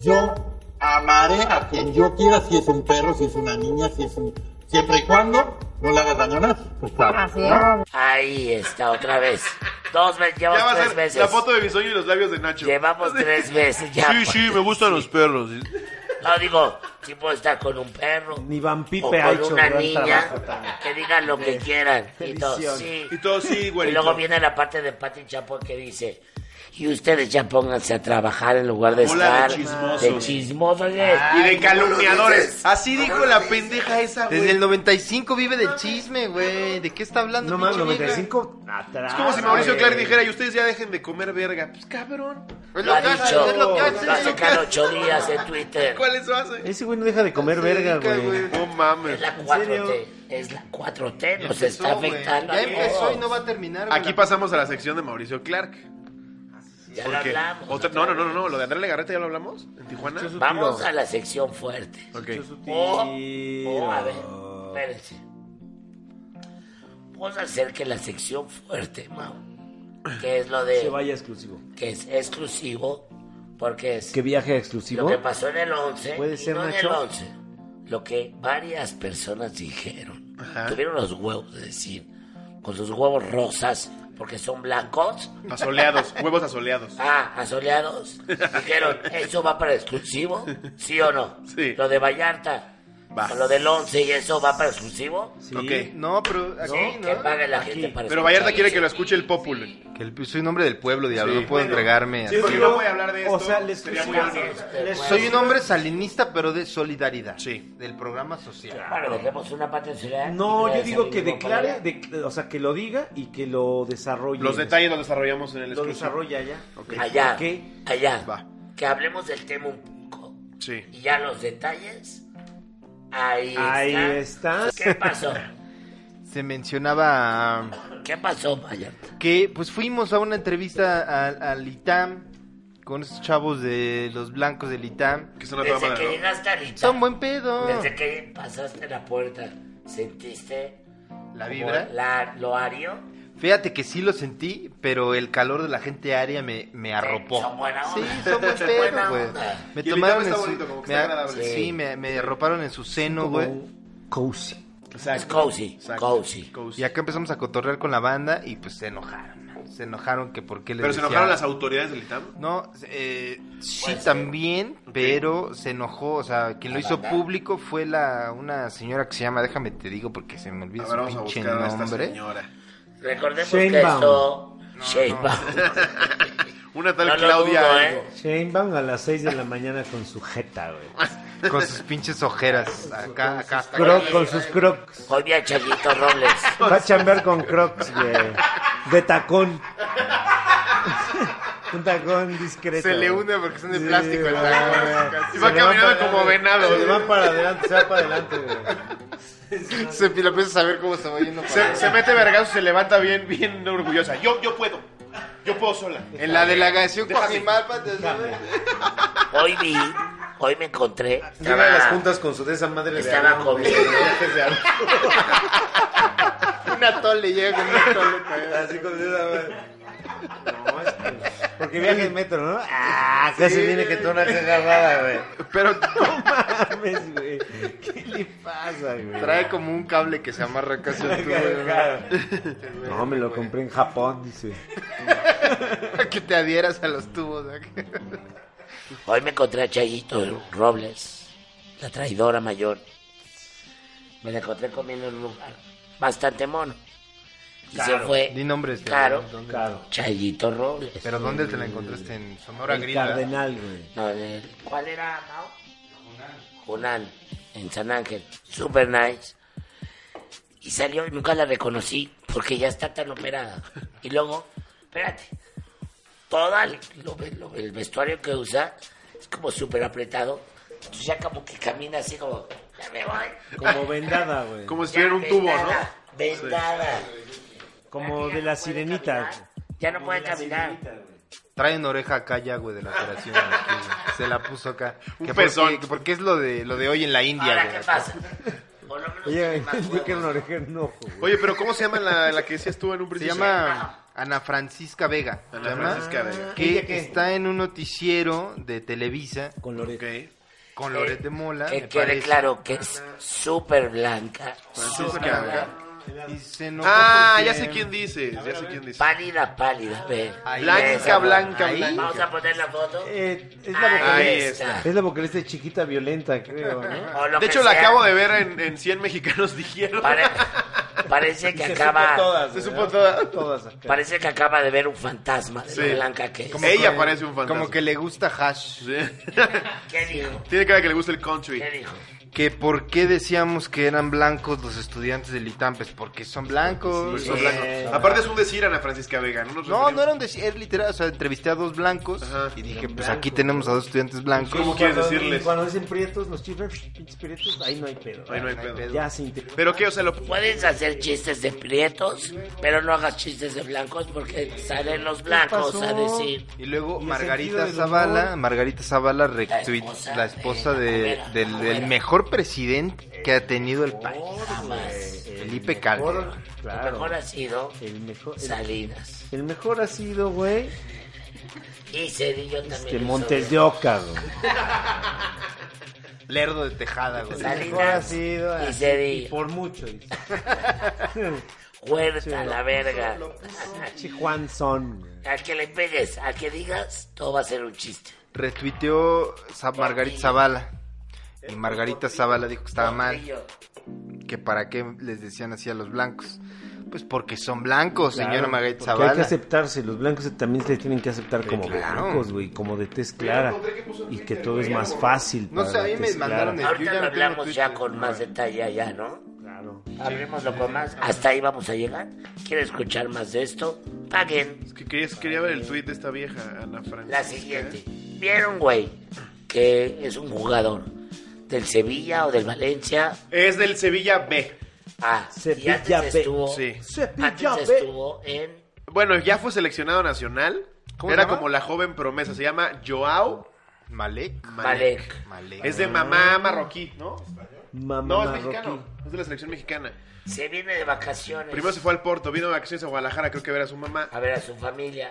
[SPEAKER 6] yo amaré a quien yo quiera, si es un perro, si es una niña, si es un... Siempre y cuando no le hagas daño a nadie.
[SPEAKER 7] Así es.
[SPEAKER 1] Ahí está, otra vez. Dos veces,
[SPEAKER 3] Ya
[SPEAKER 1] llevamos
[SPEAKER 3] va a
[SPEAKER 1] tres
[SPEAKER 3] ser
[SPEAKER 1] veces.
[SPEAKER 3] la foto de Bisoño y los labios de Nacho.
[SPEAKER 1] Llevamos tres veces ya. pues.
[SPEAKER 3] Sí, sí, me gustan los perros.
[SPEAKER 1] No digo, si puedo estar con un perro.
[SPEAKER 4] Ni Van Pipe
[SPEAKER 1] o con
[SPEAKER 4] ha hecho
[SPEAKER 1] una
[SPEAKER 4] gran
[SPEAKER 1] niña.
[SPEAKER 4] trabajo también.
[SPEAKER 1] Que digan lo que quieran. Y todo,
[SPEAKER 4] edición.
[SPEAKER 1] sí.
[SPEAKER 3] Y todo sí,
[SPEAKER 1] Y
[SPEAKER 3] güerito.
[SPEAKER 1] luego viene la parte de Pati Chapoy que dice, y ustedes ya pónganse a trabajar en lugar de
[SPEAKER 3] Hola, de
[SPEAKER 1] estar
[SPEAKER 3] chismosos.
[SPEAKER 1] de chismosos.
[SPEAKER 2] Ah,
[SPEAKER 3] Y de calumniadores.
[SPEAKER 2] Así dijo la pendeja esa, güey. Desde el 95 vive del chisme, güey. ¿De qué está hablando?
[SPEAKER 4] No mames,
[SPEAKER 2] pinche vieja?
[SPEAKER 4] 95 atrás.
[SPEAKER 3] Es como si Mauricio
[SPEAKER 4] güey.
[SPEAKER 3] Clark dijera, y ustedes ya dejen de comer verga. Pues cabrón.
[SPEAKER 2] Es
[SPEAKER 1] Lo
[SPEAKER 2] lo
[SPEAKER 1] ha
[SPEAKER 2] que hace,
[SPEAKER 1] dicho,
[SPEAKER 2] es lo que hace,
[SPEAKER 1] lo
[SPEAKER 2] es
[SPEAKER 1] hace
[SPEAKER 2] lo que
[SPEAKER 1] cada
[SPEAKER 2] hace.
[SPEAKER 1] ocho días en Twitter.
[SPEAKER 3] ¿Cuál eso hace?
[SPEAKER 4] Ese güey no deja de comer verga,
[SPEAKER 2] dedica,
[SPEAKER 4] güey.
[SPEAKER 3] No
[SPEAKER 1] Es
[SPEAKER 3] mames.
[SPEAKER 1] la
[SPEAKER 4] serio?
[SPEAKER 1] 4T, es la 4T, nos
[SPEAKER 2] Empezó,
[SPEAKER 1] está
[SPEAKER 2] güey.
[SPEAKER 1] afectando.
[SPEAKER 2] Ya
[SPEAKER 1] a
[SPEAKER 2] empezó
[SPEAKER 1] todos.
[SPEAKER 2] y no va a terminar. güey.
[SPEAKER 3] Aquí pasamos a la sección de Mauricio Clark.
[SPEAKER 1] Ya lo
[SPEAKER 3] Porque
[SPEAKER 1] hablamos.
[SPEAKER 3] otra- no, no, no, no, no, lo de Andrés Legarreta ya lo hablamos en Tijuana.
[SPEAKER 1] Vamos a la sección fuerte.
[SPEAKER 3] Ok.
[SPEAKER 1] O, o, a ver, espérense. Vamos a hacer que la sección fuerte, Mau, que es lo
[SPEAKER 4] Se
[SPEAKER 1] de,
[SPEAKER 4] vaya exclusivo.
[SPEAKER 1] que es exclusivo, porque es
[SPEAKER 4] Que viaje
[SPEAKER 1] lo
[SPEAKER 4] exclusivo.
[SPEAKER 1] que pasó en el 11,
[SPEAKER 4] Puede
[SPEAKER 1] y
[SPEAKER 4] ser,
[SPEAKER 1] no en el
[SPEAKER 4] Nacho.
[SPEAKER 1] 11, lo que varias personas dijeron.
[SPEAKER 3] Ajá.
[SPEAKER 1] Tuvieron los huevos de decir, con sus huevos rosas, porque son blancos,
[SPEAKER 3] Asoleados, huevos asoleados.
[SPEAKER 1] ah, asoleados, dijeron, ¿eso va para exclusivo? ¿Sí o no?
[SPEAKER 3] Sí.
[SPEAKER 1] Lo de Vallarta,
[SPEAKER 3] Va.
[SPEAKER 1] con lo del 11 y eso va para exclusivo.
[SPEAKER 2] Sí,
[SPEAKER 3] Ok.
[SPEAKER 2] No, pero aquí,
[SPEAKER 1] Que
[SPEAKER 2] ¿no?
[SPEAKER 1] pague la gente para
[SPEAKER 3] Pero Vallarta
[SPEAKER 1] escuchar
[SPEAKER 3] quiere
[SPEAKER 1] eso.
[SPEAKER 3] que lo escuche el Popul.
[SPEAKER 2] Que el- soy un hombre del pueblo, diablo.
[SPEAKER 3] Sí.
[SPEAKER 2] No puedo
[SPEAKER 3] Bueno,
[SPEAKER 2] entregarme
[SPEAKER 3] Sí,
[SPEAKER 2] así.
[SPEAKER 3] porque no voy a hablar de esto.
[SPEAKER 4] O sea, les
[SPEAKER 3] Sería muy
[SPEAKER 4] pusimos-
[SPEAKER 3] honroso.
[SPEAKER 4] les-
[SPEAKER 2] Soy un hombre salinista, pero de solidaridad.
[SPEAKER 3] Sí.
[SPEAKER 2] Del programa social.
[SPEAKER 1] Claro, dejemos una parte social.
[SPEAKER 4] No,
[SPEAKER 1] Y
[SPEAKER 4] yo digo que
[SPEAKER 1] salimos para
[SPEAKER 4] declare,
[SPEAKER 1] allá.
[SPEAKER 4] de- o sea, que lo diga y que lo desarrolle.
[SPEAKER 3] Los detalles los desarrollamos en el
[SPEAKER 4] Lo
[SPEAKER 3] exclusivo.
[SPEAKER 4] desarrolla allá.
[SPEAKER 1] Allá,
[SPEAKER 4] Ok.
[SPEAKER 1] allá.
[SPEAKER 3] Va.
[SPEAKER 1] Que hablemos del tema un poco.
[SPEAKER 3] Sí.
[SPEAKER 1] Y ya los detalles. Ahí,
[SPEAKER 4] Ahí está.
[SPEAKER 1] ¿Qué pasó?
[SPEAKER 2] Se mencionaba
[SPEAKER 1] ¿Qué pasó, Vallarta?
[SPEAKER 2] que pues fuimos a una entrevista al, al ITAM con esos chavos de los blancos del ITAM.
[SPEAKER 3] Que son a toda
[SPEAKER 1] Desde que
[SPEAKER 3] madre, ¿no?
[SPEAKER 1] llegaste a Lita,
[SPEAKER 2] Son buen pedo.
[SPEAKER 1] Desde que pasaste la puerta, ¿sentiste como
[SPEAKER 2] La vibra.
[SPEAKER 1] la- lo ario?
[SPEAKER 2] Fíjate que sí lo sentí, pero el calor de la gente área me, me arropó.
[SPEAKER 1] son buena onda.
[SPEAKER 2] Sí, son buen
[SPEAKER 1] Son
[SPEAKER 2] pedo,
[SPEAKER 1] buena
[SPEAKER 2] güey.
[SPEAKER 1] onda.
[SPEAKER 2] Me
[SPEAKER 3] Y el
[SPEAKER 2] tomaron
[SPEAKER 3] Itaú
[SPEAKER 2] en
[SPEAKER 3] está
[SPEAKER 2] su...
[SPEAKER 3] bonito, como que
[SPEAKER 2] me
[SPEAKER 3] está
[SPEAKER 2] a-
[SPEAKER 3] agradable.
[SPEAKER 2] Sí,
[SPEAKER 1] Sí.
[SPEAKER 2] me, me arroparon en su seno, güey.
[SPEAKER 4] Cozy.
[SPEAKER 1] Es cozy, cozy.
[SPEAKER 2] Y acá empezamos a cotorrear con la banda y pues se enojaron. man. Se enojaron que por qué les
[SPEAKER 3] Pero se
[SPEAKER 2] decía-
[SPEAKER 3] enojaron las autoridades del ITAM.
[SPEAKER 2] No, eh, sí
[SPEAKER 1] Puede ser.
[SPEAKER 2] también, pero se enojó, o sea, quien lo
[SPEAKER 1] ¿La
[SPEAKER 2] hizo
[SPEAKER 1] banda?
[SPEAKER 2] público fue la una señora que se llama, déjame te digo porque se me olvida
[SPEAKER 3] A ver,
[SPEAKER 2] su
[SPEAKER 3] vamos a
[SPEAKER 2] pinche
[SPEAKER 3] buscar a esta
[SPEAKER 2] nombre.
[SPEAKER 3] señora.
[SPEAKER 1] Recordemos que
[SPEAKER 4] Sheinbaum.
[SPEAKER 1] esto... Sheinbaum.
[SPEAKER 3] Una tal
[SPEAKER 1] No lo
[SPEAKER 3] Claudia.
[SPEAKER 1] dudo, ¿eh?
[SPEAKER 3] algo.
[SPEAKER 4] Sheinbaum a las 6 de la mañana con su jeta, güey.
[SPEAKER 2] Con sus pinches ojeras, acá, acá, hasta acá.
[SPEAKER 4] Croc, con sus crocs.
[SPEAKER 1] Hoy vi a Chayito Robles.
[SPEAKER 4] Va a chambear con crocs, güey. De tacón. Un tacón discreto.
[SPEAKER 2] Se le
[SPEAKER 4] güey.
[SPEAKER 2] une porque son de
[SPEAKER 4] Sí,
[SPEAKER 2] plástico el
[SPEAKER 4] güey.
[SPEAKER 2] tacón.
[SPEAKER 4] Se
[SPEAKER 2] Y va
[SPEAKER 4] le para
[SPEAKER 2] caminando
[SPEAKER 4] adelante,
[SPEAKER 2] como venado,
[SPEAKER 4] Se
[SPEAKER 2] güey.
[SPEAKER 4] va para adelante, se va para adelante, güey.
[SPEAKER 2] Se lo empieza a saber cómo se va yendo para
[SPEAKER 3] Se,
[SPEAKER 2] allá.
[SPEAKER 3] se mete vergazo, se levanta bien, bien orgullosa. Yo, yo puedo. Yo puedo sola.
[SPEAKER 2] En la delegación
[SPEAKER 3] Déjame.
[SPEAKER 2] Coajimalpa, te-
[SPEAKER 1] Hoy vi, hoy me encontré.
[SPEAKER 4] Llega a las
[SPEAKER 1] Estaba,
[SPEAKER 4] juntas con su de esa madre de
[SPEAKER 1] estaba
[SPEAKER 4] algodón, güey.
[SPEAKER 1] comiendo.
[SPEAKER 2] una tole llega con una tole.
[SPEAKER 4] Así con esa madre. No, es que- Porque viaja en metro, ¿no? Ah, casi viene que tona que agarrada, güey.
[SPEAKER 2] Pero
[SPEAKER 4] Mames, güey. ¿Qué le pasa, güey?
[SPEAKER 2] trae como un cable que se amarra casi al tubo.
[SPEAKER 4] Claro. No, me lo compré en Japón, dice.
[SPEAKER 2] Para que te adhieras a los tubos. ¿eh?
[SPEAKER 1] Hoy me encontré a Chayito Robles, la traidora mayor. Me la encontré comiendo en un lugar bastante mono. Y se fue.
[SPEAKER 2] Di nombres. pero-
[SPEAKER 1] Claro.
[SPEAKER 2] ¿dónde?
[SPEAKER 4] Claro.
[SPEAKER 1] Chayito Robles.
[SPEAKER 2] Pero ¿dónde te la encontraste? En Sonora
[SPEAKER 4] El
[SPEAKER 2] Gringa.
[SPEAKER 4] cardenal, güey.
[SPEAKER 1] No, de- ¿Cuál era, Mao? Junán. en San Ángel. Super nice. Y salió y nunca la reconocí porque ya está tan operada. Y luego, espérate, todo el, lo- lo- el vestuario que usa es como súper apretado. Entonces ya como que camina así como, ya me voy.
[SPEAKER 4] Como vendada, güey.
[SPEAKER 3] Como si tuviera un tubo, ¿no?
[SPEAKER 1] Vendada.
[SPEAKER 4] Como
[SPEAKER 1] Ya
[SPEAKER 4] de
[SPEAKER 1] no
[SPEAKER 4] la
[SPEAKER 1] puede
[SPEAKER 4] sirenita.
[SPEAKER 1] caminar, Ya no puede caminar.
[SPEAKER 2] Traen oreja acá ya, güey, de la operación. aquí, güey. se la puso acá.
[SPEAKER 3] Un
[SPEAKER 2] Que
[SPEAKER 3] pezón.
[SPEAKER 2] Porque, que porque es lo de, lo de hoy en la India,
[SPEAKER 1] Ahora,
[SPEAKER 2] güey.
[SPEAKER 1] ¿qué pasa? Por lo menos tiene
[SPEAKER 4] Oye,
[SPEAKER 1] más
[SPEAKER 4] yo
[SPEAKER 1] huevos.
[SPEAKER 4] quiero una oreja en un ojo, güey.
[SPEAKER 3] Oye, pero ¿cómo se llama la, la que decías tú en un
[SPEAKER 2] Se
[SPEAKER 3] principio?
[SPEAKER 2] llama Ana Francisca Vega.
[SPEAKER 3] Ana
[SPEAKER 2] ¿se llama?
[SPEAKER 3] Francisca Vega.
[SPEAKER 2] Que
[SPEAKER 4] ¿Ella qué?
[SPEAKER 2] está en un noticiero de Televisa
[SPEAKER 4] Con la oreja.
[SPEAKER 3] Ok.
[SPEAKER 2] con Loret de Mola.
[SPEAKER 1] Eh, Que
[SPEAKER 2] me
[SPEAKER 1] quede
[SPEAKER 2] parece.
[SPEAKER 1] claro que es súper blanca,
[SPEAKER 3] Francisca
[SPEAKER 1] súper
[SPEAKER 3] Vega.
[SPEAKER 1] blanca,
[SPEAKER 2] Y se enojó
[SPEAKER 3] Ah,
[SPEAKER 2] porque-
[SPEAKER 3] ya sé quién dice. Ya sé quién dice.
[SPEAKER 1] pálida, pálida. ve.
[SPEAKER 2] Ahí.
[SPEAKER 1] Ve esa foto.
[SPEAKER 2] Blanca, blanca,
[SPEAKER 1] Ahí.
[SPEAKER 2] blanca.
[SPEAKER 1] Vamos a poner la foto.
[SPEAKER 4] Eh, es, la vocalista,
[SPEAKER 1] Ah, Ahí
[SPEAKER 3] Ahí
[SPEAKER 1] está.
[SPEAKER 4] es la vocalista de chiquita violenta, creo, ¿no?
[SPEAKER 1] O lo
[SPEAKER 3] De
[SPEAKER 1] que
[SPEAKER 3] hecho, la
[SPEAKER 1] sea.
[SPEAKER 3] acabo de ver en, en 100 mexicanos dijeron.
[SPEAKER 1] Pare- parece que
[SPEAKER 4] Se
[SPEAKER 1] acaba,
[SPEAKER 4] supo todas,
[SPEAKER 3] Se
[SPEAKER 4] güey,
[SPEAKER 3] supo
[SPEAKER 4] ¿no?
[SPEAKER 3] todas.
[SPEAKER 4] Todas acá.
[SPEAKER 1] parece que acaba de ver un fantasma de lo
[SPEAKER 3] Sí.
[SPEAKER 1] blanca que es.
[SPEAKER 3] Como- Ella
[SPEAKER 2] que-
[SPEAKER 3] parece un fantasma.
[SPEAKER 2] Como que le gusta hash.
[SPEAKER 3] Sí.
[SPEAKER 1] ¿Qué dijo?
[SPEAKER 3] Tiene cara que le gusta el country.
[SPEAKER 1] ¿Qué dijo?
[SPEAKER 2] Que por qué decíamos que eran blancos los estudiantes del ITAM, pues porque son blancos.
[SPEAKER 3] Pues son
[SPEAKER 2] eh,
[SPEAKER 3] blancos. Aparte es un decir Ana Francisca Vega, ¿no? Nos
[SPEAKER 2] No,
[SPEAKER 3] referimos-
[SPEAKER 2] no era un decir, es literal, o sea, entrevisté a dos blancos
[SPEAKER 3] Ajá.
[SPEAKER 2] y dije, pues aquí tenemos a dos estudiantes blancos.
[SPEAKER 3] ¿Cómo quieres
[SPEAKER 4] Pues, Cuando-
[SPEAKER 3] decirles?
[SPEAKER 4] Cuando dicen prietos, los chifres, pinches prietos, ahí no hay pedo.
[SPEAKER 3] Ahí no hay
[SPEAKER 2] No hay
[SPEAKER 3] pedo.
[SPEAKER 2] pedo.
[SPEAKER 4] Ya se integró.
[SPEAKER 3] Pero qué, o sea, lo...
[SPEAKER 1] Puedes hacer chistes de prietos, pero no hagas chistes de blancos porque salen los blancos
[SPEAKER 4] pasó?
[SPEAKER 1] a decir.
[SPEAKER 2] Y luego
[SPEAKER 4] Y el
[SPEAKER 2] Margarita
[SPEAKER 4] sentido del
[SPEAKER 2] Zavala,
[SPEAKER 4] humor.
[SPEAKER 2] Margarita Zavala retweet,
[SPEAKER 1] esposa
[SPEAKER 2] la esposa
[SPEAKER 1] de
[SPEAKER 2] de-
[SPEAKER 1] Jacobera,
[SPEAKER 2] del, del
[SPEAKER 1] Jacobera.
[SPEAKER 2] mejor presidente que ha tenido el país,
[SPEAKER 1] Nada más.
[SPEAKER 2] Felipe
[SPEAKER 4] Mejor-
[SPEAKER 2] Calderón.
[SPEAKER 1] Lo Oh, mejor
[SPEAKER 4] Claro.
[SPEAKER 1] ha sido
[SPEAKER 4] El mejor, el,
[SPEAKER 1] Salinas.
[SPEAKER 4] el mejor ha sido, güey,
[SPEAKER 1] Y Cedillo también.
[SPEAKER 4] este
[SPEAKER 1] hizo-
[SPEAKER 4] Montes de Oca, güey.
[SPEAKER 2] Lerdo de Tejada, güey.
[SPEAKER 4] Mejor ha
[SPEAKER 1] Salinas y
[SPEAKER 4] sido así,
[SPEAKER 1] Cedillo.
[SPEAKER 4] Por mucho. dice.
[SPEAKER 1] Huerta, la verga.
[SPEAKER 4] Pinche Juan Son.
[SPEAKER 1] Al que le pegues, al que digas, todo va a ser un chiste.
[SPEAKER 2] Retuiteó Sa- Margarita Zavala. Y Margarita Zavala dijo que estaba mal.
[SPEAKER 1] Portillo.
[SPEAKER 2] Que para qué les decían así a los blancos. Pues porque son blancos, señora Margarita
[SPEAKER 4] Porque hay que
[SPEAKER 2] Zavala.
[SPEAKER 4] aceptarse, los blancos también se tienen que aceptar como
[SPEAKER 2] claro.
[SPEAKER 4] blancos, güey, como de tez clara. Y que todo es más fácil.
[SPEAKER 2] No
[SPEAKER 4] para
[SPEAKER 2] sé, a
[SPEAKER 4] la
[SPEAKER 2] mí me
[SPEAKER 4] tez clara.
[SPEAKER 2] mandaron de- Yo
[SPEAKER 1] Ahorita
[SPEAKER 2] ya
[SPEAKER 1] lo
[SPEAKER 2] no tengo
[SPEAKER 1] hablamos ya
[SPEAKER 2] Twitter,
[SPEAKER 1] con
[SPEAKER 2] no.
[SPEAKER 1] más detalle allá, ¿no?
[SPEAKER 4] Claro.
[SPEAKER 1] Hablemoslo con más. Hasta ahí vamos a llegar. ¿Quieren escuchar más de esto? Paguen
[SPEAKER 3] Es que quería, quería ver el tweet de esta vieja, Ana Francisca.
[SPEAKER 1] la siguiente. ¿Vieron, güey? Que es un jugador del Sevilla o del Valencia.
[SPEAKER 3] Es del Sevilla B.
[SPEAKER 1] Ah, y
[SPEAKER 4] Sevilla
[SPEAKER 1] antes
[SPEAKER 4] B.
[SPEAKER 1] estuvo.
[SPEAKER 3] Sí.
[SPEAKER 4] Cepilla,
[SPEAKER 1] Antes
[SPEAKER 4] ve.
[SPEAKER 1] estuvo en.
[SPEAKER 3] Bueno, ya fue seleccionado nacional.
[SPEAKER 2] ¿Cómo
[SPEAKER 3] Era
[SPEAKER 2] se llama?
[SPEAKER 3] como la joven promesa. Se llama Joao
[SPEAKER 2] Malek.
[SPEAKER 1] Malek.
[SPEAKER 3] Malek.
[SPEAKER 2] Malek.
[SPEAKER 3] Es de
[SPEAKER 2] Ah.
[SPEAKER 3] mamá marroquí, ¿no?
[SPEAKER 4] Mamá
[SPEAKER 3] No, es
[SPEAKER 4] marroquí.
[SPEAKER 3] mexicano. Es de la selección mexicana.
[SPEAKER 1] Se viene de vacaciones.
[SPEAKER 3] Primero se fue al Porto, vino de vacaciones a Guadalajara, creo que a ver a su mamá.
[SPEAKER 1] a ver a su familia.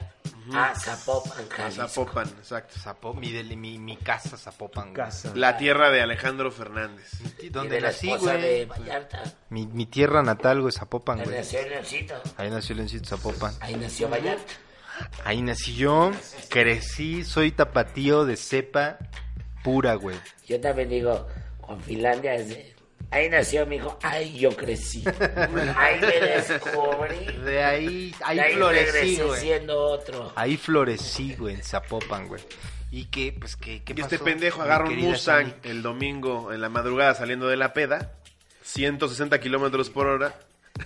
[SPEAKER 1] A Zapopan,
[SPEAKER 3] A
[SPEAKER 1] Jalisco.
[SPEAKER 3] Zapopan, exacto.
[SPEAKER 2] Zapo- mi, del- mi, mi casa Zapopan. güey.
[SPEAKER 4] Casa.
[SPEAKER 3] La tierra de Alejandro Fernández.
[SPEAKER 2] Sí,
[SPEAKER 1] Y
[SPEAKER 2] Donde
[SPEAKER 1] de la
[SPEAKER 2] nací,
[SPEAKER 1] esposa de
[SPEAKER 2] güey.
[SPEAKER 1] Vallarta.
[SPEAKER 2] Mi, mi tierra natal, güey, Zapopan,
[SPEAKER 1] Ahí
[SPEAKER 2] güey.
[SPEAKER 1] nació el Leoncito.
[SPEAKER 2] Ahí nació Leoncito Zapopan.
[SPEAKER 1] Ahí nació Vallarta.
[SPEAKER 2] Ahí nací yo, crecí, soy tapatío de cepa pura, güey.
[SPEAKER 1] Yo también digo, con Finlandia es de- Ahí nació mi hijo, ahí yo crecí. Ahí me descubrí.
[SPEAKER 2] De ahí, ahí,
[SPEAKER 1] y ahí
[SPEAKER 2] florecí,
[SPEAKER 1] regresé
[SPEAKER 2] güey.
[SPEAKER 1] siendo otro.
[SPEAKER 2] Ahí florecí, güey, en Zapopan, güey. Y que, pues, que,
[SPEAKER 3] Y este pendejo agarra un Mustang el domingo en la madrugada saliendo de la peda, 160 kilómetros por hora,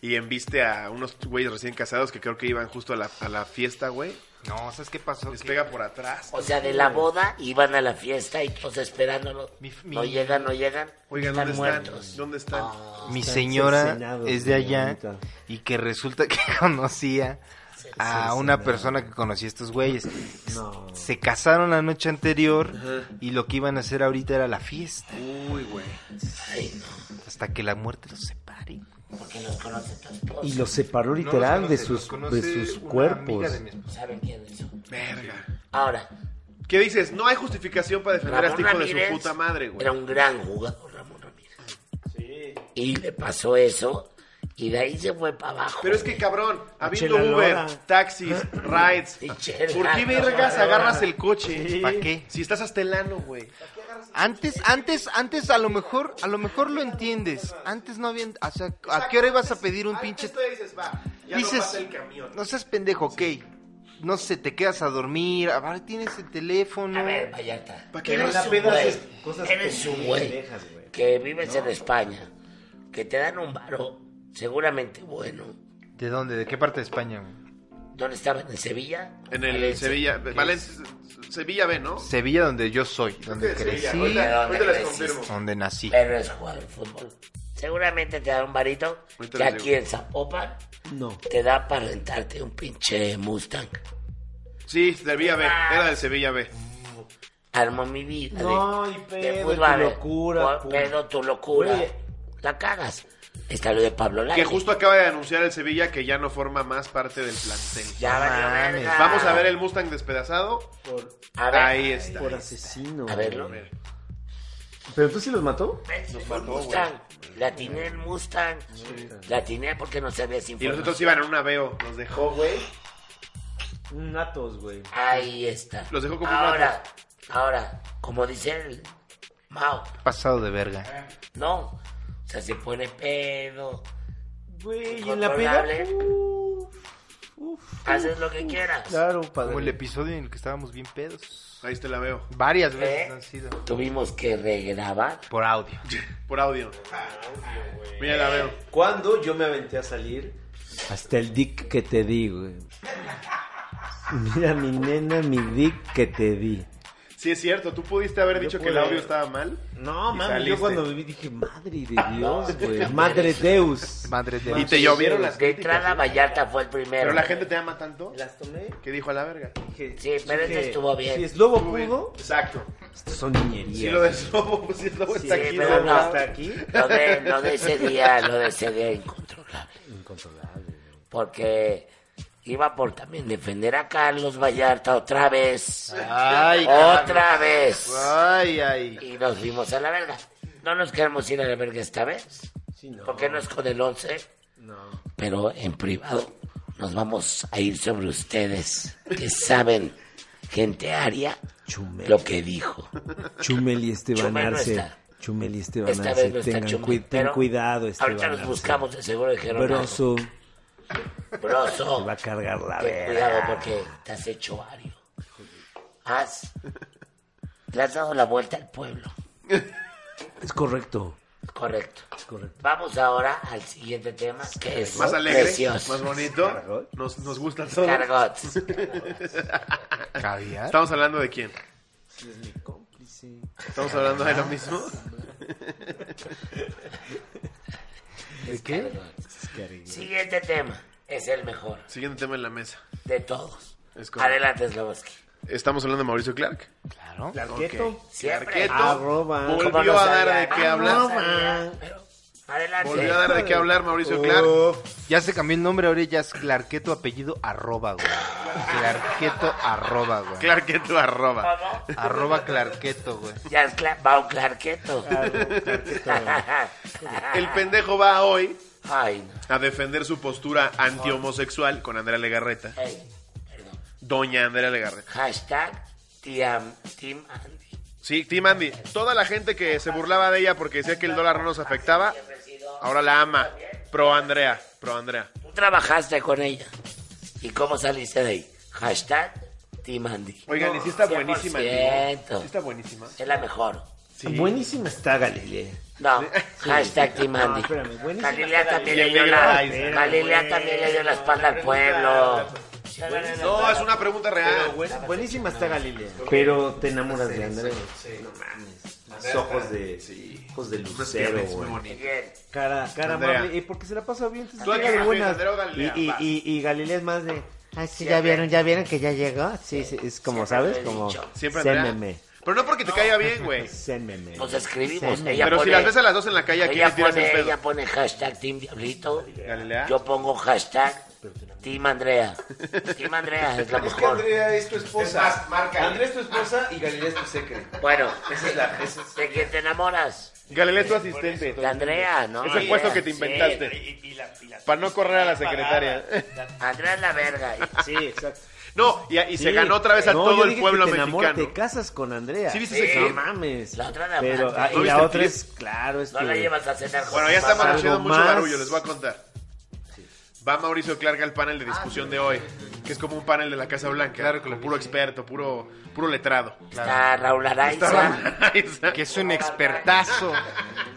[SPEAKER 3] y embiste a unos güeyes recién casados que creo que iban justo a la, a la fiesta, güey.
[SPEAKER 2] No, ¿sabes qué pasó?
[SPEAKER 3] Les
[SPEAKER 2] Que
[SPEAKER 3] pega por atrás.
[SPEAKER 1] O sea, de la boda iban a la fiesta y todos esperándolo.
[SPEAKER 2] Mi-
[SPEAKER 1] No
[SPEAKER 2] mi-
[SPEAKER 1] llegan, no llegan.
[SPEAKER 3] Oigan,
[SPEAKER 1] están
[SPEAKER 3] ¿dónde
[SPEAKER 1] muertos.
[SPEAKER 3] están? ¿Dónde están?
[SPEAKER 2] Mi
[SPEAKER 4] Están
[SPEAKER 2] señora
[SPEAKER 4] cercenados,
[SPEAKER 2] es de
[SPEAKER 4] güey,
[SPEAKER 2] allá
[SPEAKER 4] ahorita.
[SPEAKER 2] y que resulta que conocía a una persona que conocía a estos güeyes.
[SPEAKER 4] No.
[SPEAKER 2] Se casaron la noche anterior y lo que iban a hacer ahorita era la fiesta.
[SPEAKER 3] Uy, güey.
[SPEAKER 1] Ay, no,
[SPEAKER 2] Hasta que la muerte los separe.
[SPEAKER 1] porque los conoce tu esposa.
[SPEAKER 4] Y los separó literal de sus, de sus cuerpos.
[SPEAKER 1] ¿Saben quiénes son?
[SPEAKER 3] Verga.
[SPEAKER 1] Ahora,
[SPEAKER 3] ¿Qué dices? No hay justificación para defender a
[SPEAKER 1] Ramón
[SPEAKER 3] este hijo de
[SPEAKER 1] Ramírez
[SPEAKER 3] su puta madre,
[SPEAKER 1] era
[SPEAKER 3] güey.
[SPEAKER 1] un gran jugador, Ramón Ramírez. Y le pasó eso y de ahí se fue para abajo.
[SPEAKER 3] Pero es que cabrón, habiendo
[SPEAKER 4] Chela
[SPEAKER 3] Uber,
[SPEAKER 4] Lora.
[SPEAKER 3] taxis, rides,
[SPEAKER 1] Y Chela
[SPEAKER 3] ¿por qué vergas
[SPEAKER 1] Lora.
[SPEAKER 3] agarras el coche?
[SPEAKER 2] ¿Para qué?
[SPEAKER 3] Si estás hasta el ano, güey.
[SPEAKER 2] Antes, antes, antes a lo mejor, a lo mejor lo entiendes. Antes no había, o sea, ¿a qué hora ibas a pedir un pinche?
[SPEAKER 3] dices, va,
[SPEAKER 2] Dices, no seas pendejo, ok. No sé, te quedas a dormir, a ver, tienes el teléfono.
[SPEAKER 1] A ver, Vallarta.
[SPEAKER 3] ¿Para qué
[SPEAKER 1] eres
[SPEAKER 3] la
[SPEAKER 1] un
[SPEAKER 3] peda
[SPEAKER 1] güey,
[SPEAKER 3] haces
[SPEAKER 1] Eres un güey que vives en España, que te dan un varo seguramente bueno.
[SPEAKER 2] ¿De dónde? ¿De qué parte de España? güey?
[SPEAKER 1] ¿Dónde estaban? ¿En Sevilla?
[SPEAKER 3] En el
[SPEAKER 1] Valencia.
[SPEAKER 3] Sevilla,
[SPEAKER 1] ¿Qué es?
[SPEAKER 3] Valencia, Sevilla B, ¿no?
[SPEAKER 2] Sevilla, donde yo soy, donde crecí,
[SPEAKER 1] Ahorita- ahorita les confirmo.
[SPEAKER 3] confirmo.
[SPEAKER 2] donde nací.
[SPEAKER 3] Eh,
[SPEAKER 1] Pero es jugador de fútbol. Seguramente te dan un varito
[SPEAKER 3] Ahorita
[SPEAKER 1] que
[SPEAKER 3] les
[SPEAKER 1] aquí
[SPEAKER 3] digo.
[SPEAKER 1] en Zapopan
[SPEAKER 4] No.
[SPEAKER 1] te da para rentarte un pinche Mustang.
[SPEAKER 3] Sí, Sevilla B, era del Sevilla B.
[SPEAKER 1] Armo mi vida.
[SPEAKER 4] No, y pedo, tu locura,
[SPEAKER 1] Por-
[SPEAKER 4] pum.
[SPEAKER 1] Pedo tu locura.
[SPEAKER 4] Oye.
[SPEAKER 1] La cagas. Está lo de Pablo Lyle.
[SPEAKER 3] Que justo acaba de anunciar el Sevilla que ya no forma más parte del plantel.
[SPEAKER 1] Ya valió
[SPEAKER 2] Mames.
[SPEAKER 1] verga.
[SPEAKER 3] Vamos a ver el Mustang despedazado.
[SPEAKER 4] Por,
[SPEAKER 1] A ver.
[SPEAKER 3] Ahí está.
[SPEAKER 4] por asesino.
[SPEAKER 1] A verlo.
[SPEAKER 4] güey. ¿Pero tú sí los mató?
[SPEAKER 1] Nos Mustang. La tiene el Mustang. La tiene porque no se había sin
[SPEAKER 3] Y nosotros iban en una veo, los dejó, güey.
[SPEAKER 4] Natos, güey.
[SPEAKER 1] Ahí está.
[SPEAKER 3] Los dejó como un
[SPEAKER 1] Ahora, ahora, como dice el Mao,
[SPEAKER 2] Pasado de verga.
[SPEAKER 1] no. O sea, se pone pedo.
[SPEAKER 4] Güey, ¿y en la peda?
[SPEAKER 1] Incontrolable.
[SPEAKER 4] Uf, uf,
[SPEAKER 1] Haces lo que quieras.
[SPEAKER 4] claro,
[SPEAKER 2] Como el
[SPEAKER 4] padre.
[SPEAKER 2] episodio en el que estábamos bien pedos.
[SPEAKER 3] Ahí te la veo.
[SPEAKER 2] Varias
[SPEAKER 1] ¿Eh?
[SPEAKER 2] veces han sido.
[SPEAKER 1] Tuvimos que regrabar.
[SPEAKER 2] Por audio.
[SPEAKER 3] Por audio. Mira la veo.
[SPEAKER 4] ¿Cuándo yo me aventé a salir? Hasta el dick que te di, güey. Mira, mi nena, mi dick que te di.
[SPEAKER 3] Sí, es cierto, tú pudiste haber dicho que el
[SPEAKER 4] pude-
[SPEAKER 3] audio estaba mal.
[SPEAKER 4] No,
[SPEAKER 3] Y
[SPEAKER 4] mami,
[SPEAKER 3] saliste.
[SPEAKER 4] yo cuando me vi dije, madre de Dios, güey. Madre Deus.
[SPEAKER 2] Madre de
[SPEAKER 3] Y te llovieron las
[SPEAKER 1] De entrada,
[SPEAKER 3] críticas.
[SPEAKER 1] Vallarta fue el primero.
[SPEAKER 3] Pero la gente te ama tanto
[SPEAKER 4] Las tomé.
[SPEAKER 3] que dijo a la verga.
[SPEAKER 4] Dije,
[SPEAKER 1] Sí, pero este
[SPEAKER 4] dije,
[SPEAKER 1] estuvo bien.
[SPEAKER 4] Si es lobo
[SPEAKER 3] Muy bien.
[SPEAKER 4] pudo,
[SPEAKER 3] Exacto.
[SPEAKER 4] estos son
[SPEAKER 3] Si lo de
[SPEAKER 4] niñerías.
[SPEAKER 3] Slobo, pues si Slobo
[SPEAKER 4] Sí,
[SPEAKER 3] está aquí,
[SPEAKER 1] pero
[SPEAKER 3] ¿no?
[SPEAKER 1] no.
[SPEAKER 4] está aquí.
[SPEAKER 1] Lo de, lo de ese día, lo de ese día incontrolable.
[SPEAKER 4] Incontrolable.
[SPEAKER 1] Porque iba por también defender a Carlos Vallarta otra vez.
[SPEAKER 2] Ay,
[SPEAKER 1] otra
[SPEAKER 2] Carlos.
[SPEAKER 1] vez.
[SPEAKER 2] Ay, ay.
[SPEAKER 1] Y nos vimos a la verga. No nos queremos ir a la verga esta vez. Porque no es con el 11. Pero en privado nos vamos a ir sobre ustedes. Que saben, gente aria,
[SPEAKER 4] Chumel.
[SPEAKER 1] lo que dijo.
[SPEAKER 4] Chumel y Esteban
[SPEAKER 1] Chumel no
[SPEAKER 4] Arce.
[SPEAKER 1] está.
[SPEAKER 4] Chumel y Esteban
[SPEAKER 1] Esta
[SPEAKER 4] Arce.
[SPEAKER 1] vez no está
[SPEAKER 4] Tengan
[SPEAKER 1] Chumel,
[SPEAKER 4] cui- ten
[SPEAKER 1] pero
[SPEAKER 4] cuidado, este Esteban
[SPEAKER 1] Ahorita los
[SPEAKER 4] Arce.
[SPEAKER 1] buscamos de seguro de Jerónimo.
[SPEAKER 4] Broso,
[SPEAKER 1] Broso.
[SPEAKER 4] te va a cargar la
[SPEAKER 1] Ten
[SPEAKER 4] verga.
[SPEAKER 1] cuidado porque te has hecho ario. Has. Le has dado la vuelta al pueblo.
[SPEAKER 4] Es correcto.
[SPEAKER 1] Correcto.
[SPEAKER 4] Es correcto.
[SPEAKER 1] Vamos ahora al siguiente tema, que es
[SPEAKER 3] Más alegre,
[SPEAKER 1] precioso.
[SPEAKER 3] más bonito. Nos, nos gusta todo.
[SPEAKER 1] Cargots.
[SPEAKER 2] ¿Caviar?
[SPEAKER 3] ¿Estamos hablando de quién? ¿Estamos hablando de lo mismo?
[SPEAKER 2] ¿De qué?
[SPEAKER 1] Siguiente tema. Es el mejor
[SPEAKER 3] Siguiente tema en la mesa.
[SPEAKER 1] de todos.
[SPEAKER 3] Es correcto.
[SPEAKER 1] Adelante, Slavoski.
[SPEAKER 3] ¿Estamos hablando de Mauricio Clark?
[SPEAKER 2] Claro.
[SPEAKER 4] Largueto.
[SPEAKER 1] Siempre.
[SPEAKER 3] Clarketo
[SPEAKER 4] Arroba.
[SPEAKER 1] ¿Cómo no
[SPEAKER 3] Volvió a dar
[SPEAKER 1] sabía?
[SPEAKER 3] de qué
[SPEAKER 1] Ah, no
[SPEAKER 3] hablar.
[SPEAKER 1] sabía, pero Adelante.
[SPEAKER 3] Volvió a dar de qué hablar Mauricio Clark.
[SPEAKER 4] Oh.
[SPEAKER 2] Ya se cambió el nombre, ahora ya es Clarqueto apellido arroba, güey. Clarqueto arroba, güey.
[SPEAKER 3] Clark que tú arroba.
[SPEAKER 1] ¿Cómo?
[SPEAKER 2] Arroba Clarqueto, güey.
[SPEAKER 1] Ya es Cla Bao Clarqueto.
[SPEAKER 3] El pendejo va hoy
[SPEAKER 1] Ay, no.
[SPEAKER 3] a defender su postura antihomosexual con Andrea Legarreta.
[SPEAKER 1] Ey, perdón.
[SPEAKER 3] Doña Andrea Legarreta.
[SPEAKER 1] Hashtag Tiam- Team Andy.
[SPEAKER 3] Sí, Tim Andy. Toda la gente que se burlaba de ella porque decía que el dólar no nos afectaba, ahora la ama. Pro Andrea, pro Andrea.
[SPEAKER 1] Tú trabajaste con ella. ¿Y cómo saliste de ahí? Hashtag Team Andy.
[SPEAKER 3] Oigan, y sí está buenísima. digo.
[SPEAKER 1] 100%.
[SPEAKER 3] Sí está buenísima.
[SPEAKER 1] Es la mejor.
[SPEAKER 3] Sí.
[SPEAKER 4] Buenísima está Galilea.
[SPEAKER 1] No, hashtag Team
[SPEAKER 4] No,
[SPEAKER 1] Andy.
[SPEAKER 4] espérame, buenísima
[SPEAKER 1] Galilea también
[SPEAKER 3] Y
[SPEAKER 1] le
[SPEAKER 3] el
[SPEAKER 1] dio
[SPEAKER 3] negro
[SPEAKER 1] la,
[SPEAKER 3] Aiza. Espérame,
[SPEAKER 1] Galilea también le dio la espalda al pueblo.
[SPEAKER 3] No, es una pregunta real.
[SPEAKER 4] Buenísima está Galilea. Pero te enamoras de Andrés. No mames. Los ojos de, ojos de lucero,
[SPEAKER 3] Es muy
[SPEAKER 4] güey.
[SPEAKER 3] bonito.
[SPEAKER 1] Bien.
[SPEAKER 4] Cara, cara
[SPEAKER 3] Andrea.
[SPEAKER 4] amable. Eh, porque se la pasa bien. entonces
[SPEAKER 3] Tú
[SPEAKER 4] llega
[SPEAKER 3] aquí
[SPEAKER 4] de
[SPEAKER 3] me
[SPEAKER 4] buenas.
[SPEAKER 3] ves, Andrea o Galilea,
[SPEAKER 4] y, y,
[SPEAKER 3] va.
[SPEAKER 4] y, y Galilea es más de... Ay, Ah, sí,
[SPEAKER 1] Siempre.
[SPEAKER 4] ya vieron, ya vieron que ya llegó. Sí, sí, es como,
[SPEAKER 1] Siempre lo
[SPEAKER 4] ¿sabes?
[SPEAKER 1] he
[SPEAKER 4] Como...
[SPEAKER 1] dicho.
[SPEAKER 3] Siempre Andrea.
[SPEAKER 4] Sémeme.
[SPEAKER 3] Pero no porque te caiga bien, güey.
[SPEAKER 4] Sémeme.
[SPEAKER 3] Pues
[SPEAKER 1] Nos escribimos. Ella
[SPEAKER 3] Pero si
[SPEAKER 1] pone-
[SPEAKER 3] las ves a las dos en la calle, aquí le
[SPEAKER 1] ella
[SPEAKER 3] tiras el
[SPEAKER 1] pone,
[SPEAKER 3] pedo.
[SPEAKER 1] ella pone hashtag Team Diablito.
[SPEAKER 3] Galilea.
[SPEAKER 1] Yo pongo hashtag Team Andrea. Team Andrea es la
[SPEAKER 7] Es que
[SPEAKER 1] mejor.
[SPEAKER 7] Andrea es tu esposa.
[SPEAKER 3] Es más, márcale.
[SPEAKER 7] Andrea es tu esposa y Galilea es tu secretaria.
[SPEAKER 1] Bueno,
[SPEAKER 7] Esa es la. Esa es...
[SPEAKER 1] ¿de quién te enamoras?
[SPEAKER 3] Galilea es tu asistente.
[SPEAKER 1] De Andrea, ¿no?
[SPEAKER 3] Ese puesto que te
[SPEAKER 1] Sí.
[SPEAKER 3] inventaste. Para no correr a la secretaria.
[SPEAKER 1] Andrea es la verga.
[SPEAKER 4] Sí, exacto.
[SPEAKER 3] No, y, y se
[SPEAKER 4] Sí.
[SPEAKER 3] ganó otra vez a
[SPEAKER 4] No, yo
[SPEAKER 3] todo el
[SPEAKER 4] dije
[SPEAKER 3] pueblo
[SPEAKER 4] que te enamora,
[SPEAKER 3] mexicano.
[SPEAKER 4] te casas con Andrea.
[SPEAKER 3] Sí, viste
[SPEAKER 1] ese
[SPEAKER 4] No
[SPEAKER 1] clip.
[SPEAKER 4] mames.
[SPEAKER 1] La otra la
[SPEAKER 4] Pero,
[SPEAKER 1] mata.
[SPEAKER 4] ah,
[SPEAKER 3] ¿No
[SPEAKER 4] y
[SPEAKER 3] viste
[SPEAKER 4] la
[SPEAKER 3] el
[SPEAKER 4] otra
[SPEAKER 3] clip?
[SPEAKER 4] es, claro, es
[SPEAKER 1] No
[SPEAKER 4] que...
[SPEAKER 1] la llevas a cenar. con
[SPEAKER 3] Bueno,
[SPEAKER 1] tu
[SPEAKER 3] ya estamos
[SPEAKER 1] papá.
[SPEAKER 3] haciendo mucho
[SPEAKER 4] más.
[SPEAKER 3] barullo, les voy a contar. Va Mauricio Clark al panel de
[SPEAKER 2] Ah,
[SPEAKER 3] discusión de hoy, que es como un panel de la Casa Blanca, con puro experto, puro, puro letrado.
[SPEAKER 1] Está Raúl Araiza,
[SPEAKER 2] Que es un expertazo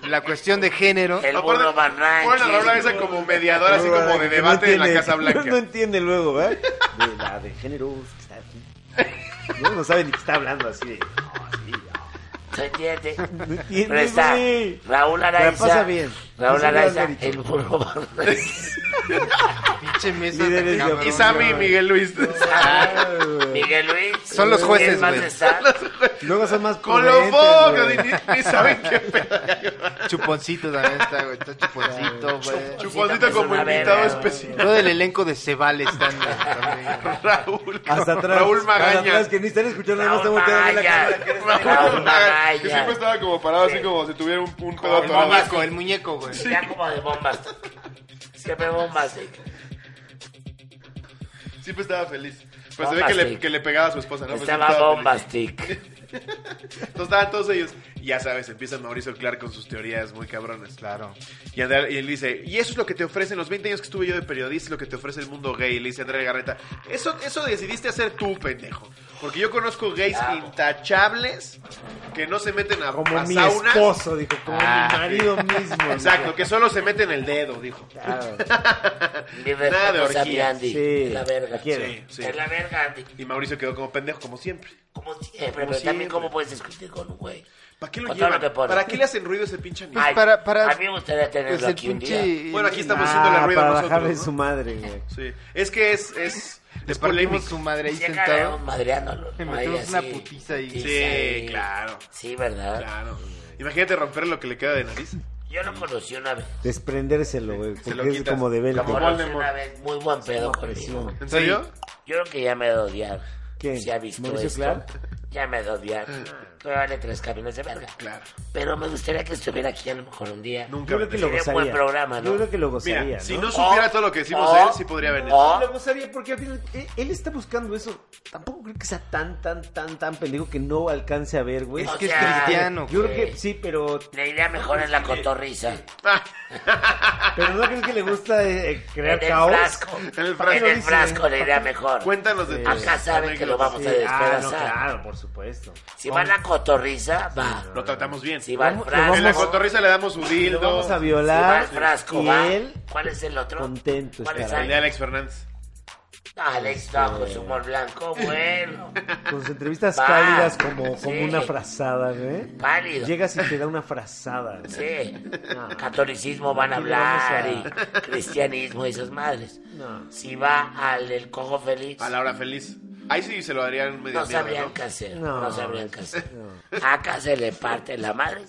[SPEAKER 2] en la cuestión de género.
[SPEAKER 1] el burro
[SPEAKER 3] Ponen
[SPEAKER 1] Van
[SPEAKER 3] ponen a Raúl
[SPEAKER 1] Ranking.
[SPEAKER 3] Araiza como mediador, así como de debate en la Casa Blanca.
[SPEAKER 4] No entiende luego, ¿verdad? De la de género que está aquí. No, no sabe ni qué está hablando así. de-
[SPEAKER 1] ¿Se entiende?
[SPEAKER 4] No entiende,
[SPEAKER 1] Pero está
[SPEAKER 4] güey.
[SPEAKER 1] Raúl
[SPEAKER 4] la
[SPEAKER 1] Araiza.
[SPEAKER 4] pasa bien.
[SPEAKER 1] Raúl
[SPEAKER 4] Así lo
[SPEAKER 1] Araiza,
[SPEAKER 4] has dicho.
[SPEAKER 1] el burro Van Ranking.
[SPEAKER 2] Pinche mesa
[SPEAKER 4] Líderes de
[SPEAKER 2] cabrón,
[SPEAKER 4] opinión.
[SPEAKER 3] Y Sammy y Miguel Luis.
[SPEAKER 1] Miguel Luis.
[SPEAKER 2] Son los jueces,
[SPEAKER 1] ¿Quién más
[SPEAKER 2] güey.
[SPEAKER 1] está?
[SPEAKER 4] Luego son más
[SPEAKER 3] Con los
[SPEAKER 4] prudentes, güey.
[SPEAKER 3] focos, ni, ni saben qué pedo.
[SPEAKER 2] güey. Chuponcito también está, güey. Está chuponcito, güey.
[SPEAKER 3] Chuponcito como
[SPEAKER 1] Una
[SPEAKER 3] invitado
[SPEAKER 1] verga,
[SPEAKER 3] especial.
[SPEAKER 2] Todo el elenco de Cebal están güey, también. güey.
[SPEAKER 3] Raúl.
[SPEAKER 4] Hasta atrás.
[SPEAKER 3] Raúl
[SPEAKER 4] Hasta
[SPEAKER 3] Magaña.
[SPEAKER 4] atrás, que ni están escuchando, nada más están
[SPEAKER 1] Raúl
[SPEAKER 4] volteando a la cámara.
[SPEAKER 1] Magaña. Raúl
[SPEAKER 3] Que
[SPEAKER 1] Magaña.
[SPEAKER 3] siempre estaba como parado así como si tuviera un, un pedo
[SPEAKER 2] El
[SPEAKER 3] atorado.
[SPEAKER 2] muñeco, el muñeco, güey.
[SPEAKER 1] Ya como de bombas. Siempre bombas. ¿eh?
[SPEAKER 3] Siempre estaba feliz. Pero se ve
[SPEAKER 1] Bombastic.
[SPEAKER 3] que le, que le pegaba a su esposa, ¿no? Pues
[SPEAKER 1] Estaba
[SPEAKER 3] siempre feliz.
[SPEAKER 1] bombastic.
[SPEAKER 3] Entonces estaban todos ellos. Y ya sabes, empieza Mauricio Clark con sus teorías muy cabrones.
[SPEAKER 2] Claro.
[SPEAKER 3] Y, Andrea- y él dice, y eso es lo que te ofrecen los 20 años que estuve yo de periodista, lo que te ofrece el mundo gay. Y le dice Andrea Garreta, eso, eso decidiste hacer tú, pendejo. Porque yo conozco gays intachables que no se meten a,
[SPEAKER 4] Como
[SPEAKER 3] a
[SPEAKER 4] mi
[SPEAKER 3] saunas.
[SPEAKER 4] esposo, dijo, como mi marido mismo.
[SPEAKER 3] Ah, Exacto, que solo se meten el dedo, dijo.
[SPEAKER 4] Claro.
[SPEAKER 1] Mi
[SPEAKER 3] Nada de
[SPEAKER 1] respeto a mi
[SPEAKER 3] orgías.
[SPEAKER 1] Andy.
[SPEAKER 4] Sí,
[SPEAKER 1] la verga.
[SPEAKER 4] la quiero. Sí,
[SPEAKER 3] sí.
[SPEAKER 1] Es la verga, Andy.
[SPEAKER 3] Y Mauricio quedó como pendejo, como siempre.
[SPEAKER 1] Como siempre, pero
[SPEAKER 3] siempre.
[SPEAKER 1] también cómo puedes discutir con un güey.
[SPEAKER 3] ¿Para qué lo
[SPEAKER 1] Con todo
[SPEAKER 3] llevan?
[SPEAKER 1] lo que pone.
[SPEAKER 3] ¿Para qué le hacen ruido a ese pinche animal?
[SPEAKER 1] Ay,
[SPEAKER 2] Pues para- para-
[SPEAKER 1] a mí me gustaría tenerlo
[SPEAKER 2] Pues el
[SPEAKER 1] aquí un día.
[SPEAKER 2] pinche.
[SPEAKER 3] Bueno, aquí estamos
[SPEAKER 4] Ah,
[SPEAKER 3] haciendo la rueda
[SPEAKER 4] para
[SPEAKER 3] nosotros.
[SPEAKER 4] bajarle
[SPEAKER 3] ¿no?
[SPEAKER 4] su madre, güey.
[SPEAKER 3] Sí. Es que es, es, es
[SPEAKER 2] Le partimos
[SPEAKER 3] polémico.
[SPEAKER 2] su madre ahí
[SPEAKER 1] Llega
[SPEAKER 2] sentado.
[SPEAKER 1] un madreándolo.
[SPEAKER 2] Le
[SPEAKER 1] ¿no? Ahí
[SPEAKER 2] metimos una
[SPEAKER 1] así.
[SPEAKER 2] putiza ahí.
[SPEAKER 3] Sí,
[SPEAKER 1] ahí.
[SPEAKER 3] claro.
[SPEAKER 1] Sí, ¿verdad?
[SPEAKER 3] Claro. Imagínate romper lo que le queda de nariz.
[SPEAKER 1] Yo lo conocí una vez.
[SPEAKER 4] Desprendérselo, güey.
[SPEAKER 3] lo
[SPEAKER 4] Porque es
[SPEAKER 3] quitas.
[SPEAKER 4] como de
[SPEAKER 1] Lo
[SPEAKER 4] vente.
[SPEAKER 1] conocí una vez. Muy buen pedo conmigo.
[SPEAKER 3] ¿En serio?
[SPEAKER 1] Yo creo que ya me he de odiar.
[SPEAKER 4] ¿Quién?
[SPEAKER 1] Si ha visto
[SPEAKER 4] ¿Mauricio
[SPEAKER 1] esto,
[SPEAKER 4] Clark?
[SPEAKER 1] Ya me he de odiar. Me vale tres caminos de verga.
[SPEAKER 3] Claro.
[SPEAKER 1] Pero me gustaría que estuviera aquí a lo mejor un día.
[SPEAKER 3] Nunca
[SPEAKER 4] Yo creo que lo
[SPEAKER 3] vendré.
[SPEAKER 1] Sería un
[SPEAKER 4] gozaría.
[SPEAKER 1] buen programa, ¿no?
[SPEAKER 4] Yo creo que lo gozaría,
[SPEAKER 3] Mira,
[SPEAKER 4] ¿no?
[SPEAKER 3] si no supiera
[SPEAKER 1] O-
[SPEAKER 3] todo lo que decimos
[SPEAKER 1] o-
[SPEAKER 3] de él, sí podría venir.
[SPEAKER 1] o-
[SPEAKER 4] Lo gozaría porque al final, eh, él está buscando eso. Tampoco creo que sea tan, tan, tan, tan pendejo que no alcance a ver, güey.
[SPEAKER 2] Es
[SPEAKER 1] O
[SPEAKER 2] que
[SPEAKER 1] sea,
[SPEAKER 2] es cristiano.
[SPEAKER 4] Yo
[SPEAKER 2] güey.
[SPEAKER 4] creo que sí, pero,
[SPEAKER 1] La idea mejor es la cotorriza.
[SPEAKER 4] pero no crees que le gusta eh, eh, crear
[SPEAKER 1] en el
[SPEAKER 4] caos.
[SPEAKER 1] frasco.
[SPEAKER 3] En el frasco
[SPEAKER 1] En el
[SPEAKER 4] dice.
[SPEAKER 1] frasco la idea mejor.
[SPEAKER 3] Cuéntanos de tus
[SPEAKER 1] Eh, Acá saben que lo
[SPEAKER 3] anécdotas.
[SPEAKER 1] vamos
[SPEAKER 4] Sí,
[SPEAKER 1] a
[SPEAKER 4] ah, no,
[SPEAKER 1] despedazar.
[SPEAKER 4] claro, por supuesto.
[SPEAKER 1] Si va la cotorriza, va.
[SPEAKER 3] Lo tratamos bien.
[SPEAKER 1] Si va el
[SPEAKER 4] Vamos- lo
[SPEAKER 1] frasco.
[SPEAKER 3] En la cotorriza le damos su
[SPEAKER 4] Lo
[SPEAKER 3] dildo.
[SPEAKER 4] vamos a
[SPEAKER 1] si va
[SPEAKER 4] violar.
[SPEAKER 1] el frasco,
[SPEAKER 4] y
[SPEAKER 1] va.
[SPEAKER 4] él,
[SPEAKER 1] ¿Cuál es el otro?
[SPEAKER 4] contento
[SPEAKER 1] ¿Cuál es
[SPEAKER 4] estará.
[SPEAKER 3] El de
[SPEAKER 1] el
[SPEAKER 3] Alex Fernández.
[SPEAKER 1] Alex no, con su humor blanco, bueno.
[SPEAKER 4] con sus entrevistas
[SPEAKER 1] Va.
[SPEAKER 4] cálidas como, como
[SPEAKER 1] Sí.
[SPEAKER 4] una frazada, güey.
[SPEAKER 1] Pálido.
[SPEAKER 4] Llegas y te da una frazada, güey.
[SPEAKER 1] Sí. Catolicismo van a
[SPEAKER 4] Aquí le vamos
[SPEAKER 1] hablar
[SPEAKER 4] a-
[SPEAKER 1] y cristianismo y esas madres.
[SPEAKER 4] No.
[SPEAKER 1] Si va al del cojo feliz,
[SPEAKER 3] A la hora feliz. Ahí sí se lo darían medio
[SPEAKER 1] no
[SPEAKER 3] miedo,
[SPEAKER 1] sabrían
[SPEAKER 3] ¿no?
[SPEAKER 1] qué hacer. No,
[SPEAKER 4] No.
[SPEAKER 1] sabrían qué hacer. Acá se le parte la madre.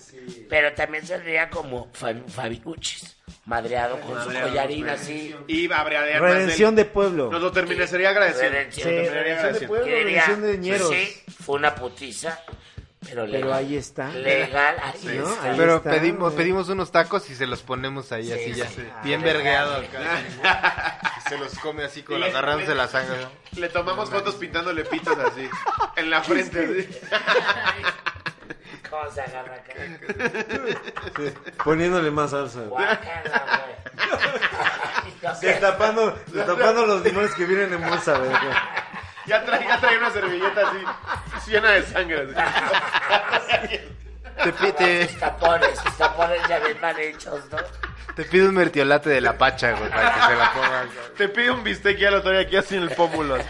[SPEAKER 1] Pero también saldría como Fabi- Fabicuchis, madreado con
[SPEAKER 3] Madreado, pues.
[SPEAKER 1] su collarín
[SPEAKER 3] madre.
[SPEAKER 1] así.
[SPEAKER 3] Y habría habría más
[SPEAKER 4] Redención de pueblo.
[SPEAKER 3] Nos lo terminaría agradeciendo.
[SPEAKER 1] Redención.
[SPEAKER 4] Sí,
[SPEAKER 3] Nos lo terminaría
[SPEAKER 4] redención de
[SPEAKER 3] agradeciendo.
[SPEAKER 4] pueblo,
[SPEAKER 1] Y diría,
[SPEAKER 4] redención de ñeros.
[SPEAKER 1] Sí, fue una putiza, pero legal.
[SPEAKER 4] Pero ahí está.
[SPEAKER 1] Legal, ahí
[SPEAKER 4] ¿No?
[SPEAKER 1] está.
[SPEAKER 4] Ahí
[SPEAKER 2] Pero
[SPEAKER 4] está,
[SPEAKER 2] pedimos,
[SPEAKER 4] güey.
[SPEAKER 2] pedimos unos tacos y se los ponemos ahí
[SPEAKER 1] Sí,
[SPEAKER 2] así ya.
[SPEAKER 1] sí.
[SPEAKER 2] Bien
[SPEAKER 1] Ah,
[SPEAKER 2] vergueado
[SPEAKER 1] sí.
[SPEAKER 2] acá. Y se los come así con
[SPEAKER 3] Y
[SPEAKER 2] la
[SPEAKER 3] le-
[SPEAKER 2] agarrándose
[SPEAKER 3] le-
[SPEAKER 2] la sangre. ¿no?
[SPEAKER 3] Le tomamos fotos pintándole pitos así. En la frente. así.
[SPEAKER 1] ¿Cómo se agarra acá?
[SPEAKER 4] Poniéndole más salsa.
[SPEAKER 1] Guácala, güey. Ay, no sé.
[SPEAKER 4] Destapando, destapando los limones que vienen en bolsa, güey.
[SPEAKER 3] Ya trae, ya trae una servilleta así. Llena de sangre. así.
[SPEAKER 2] Te, pi- te-
[SPEAKER 1] Ah, Sus tapones, sus tapones ya bien mal hechos, ¿no?
[SPEAKER 2] te pido un mertiolate de la pacha, güey, para que se la pongas.
[SPEAKER 3] Te pide un bistec y ya lo trae aquí así en el pómulo. así.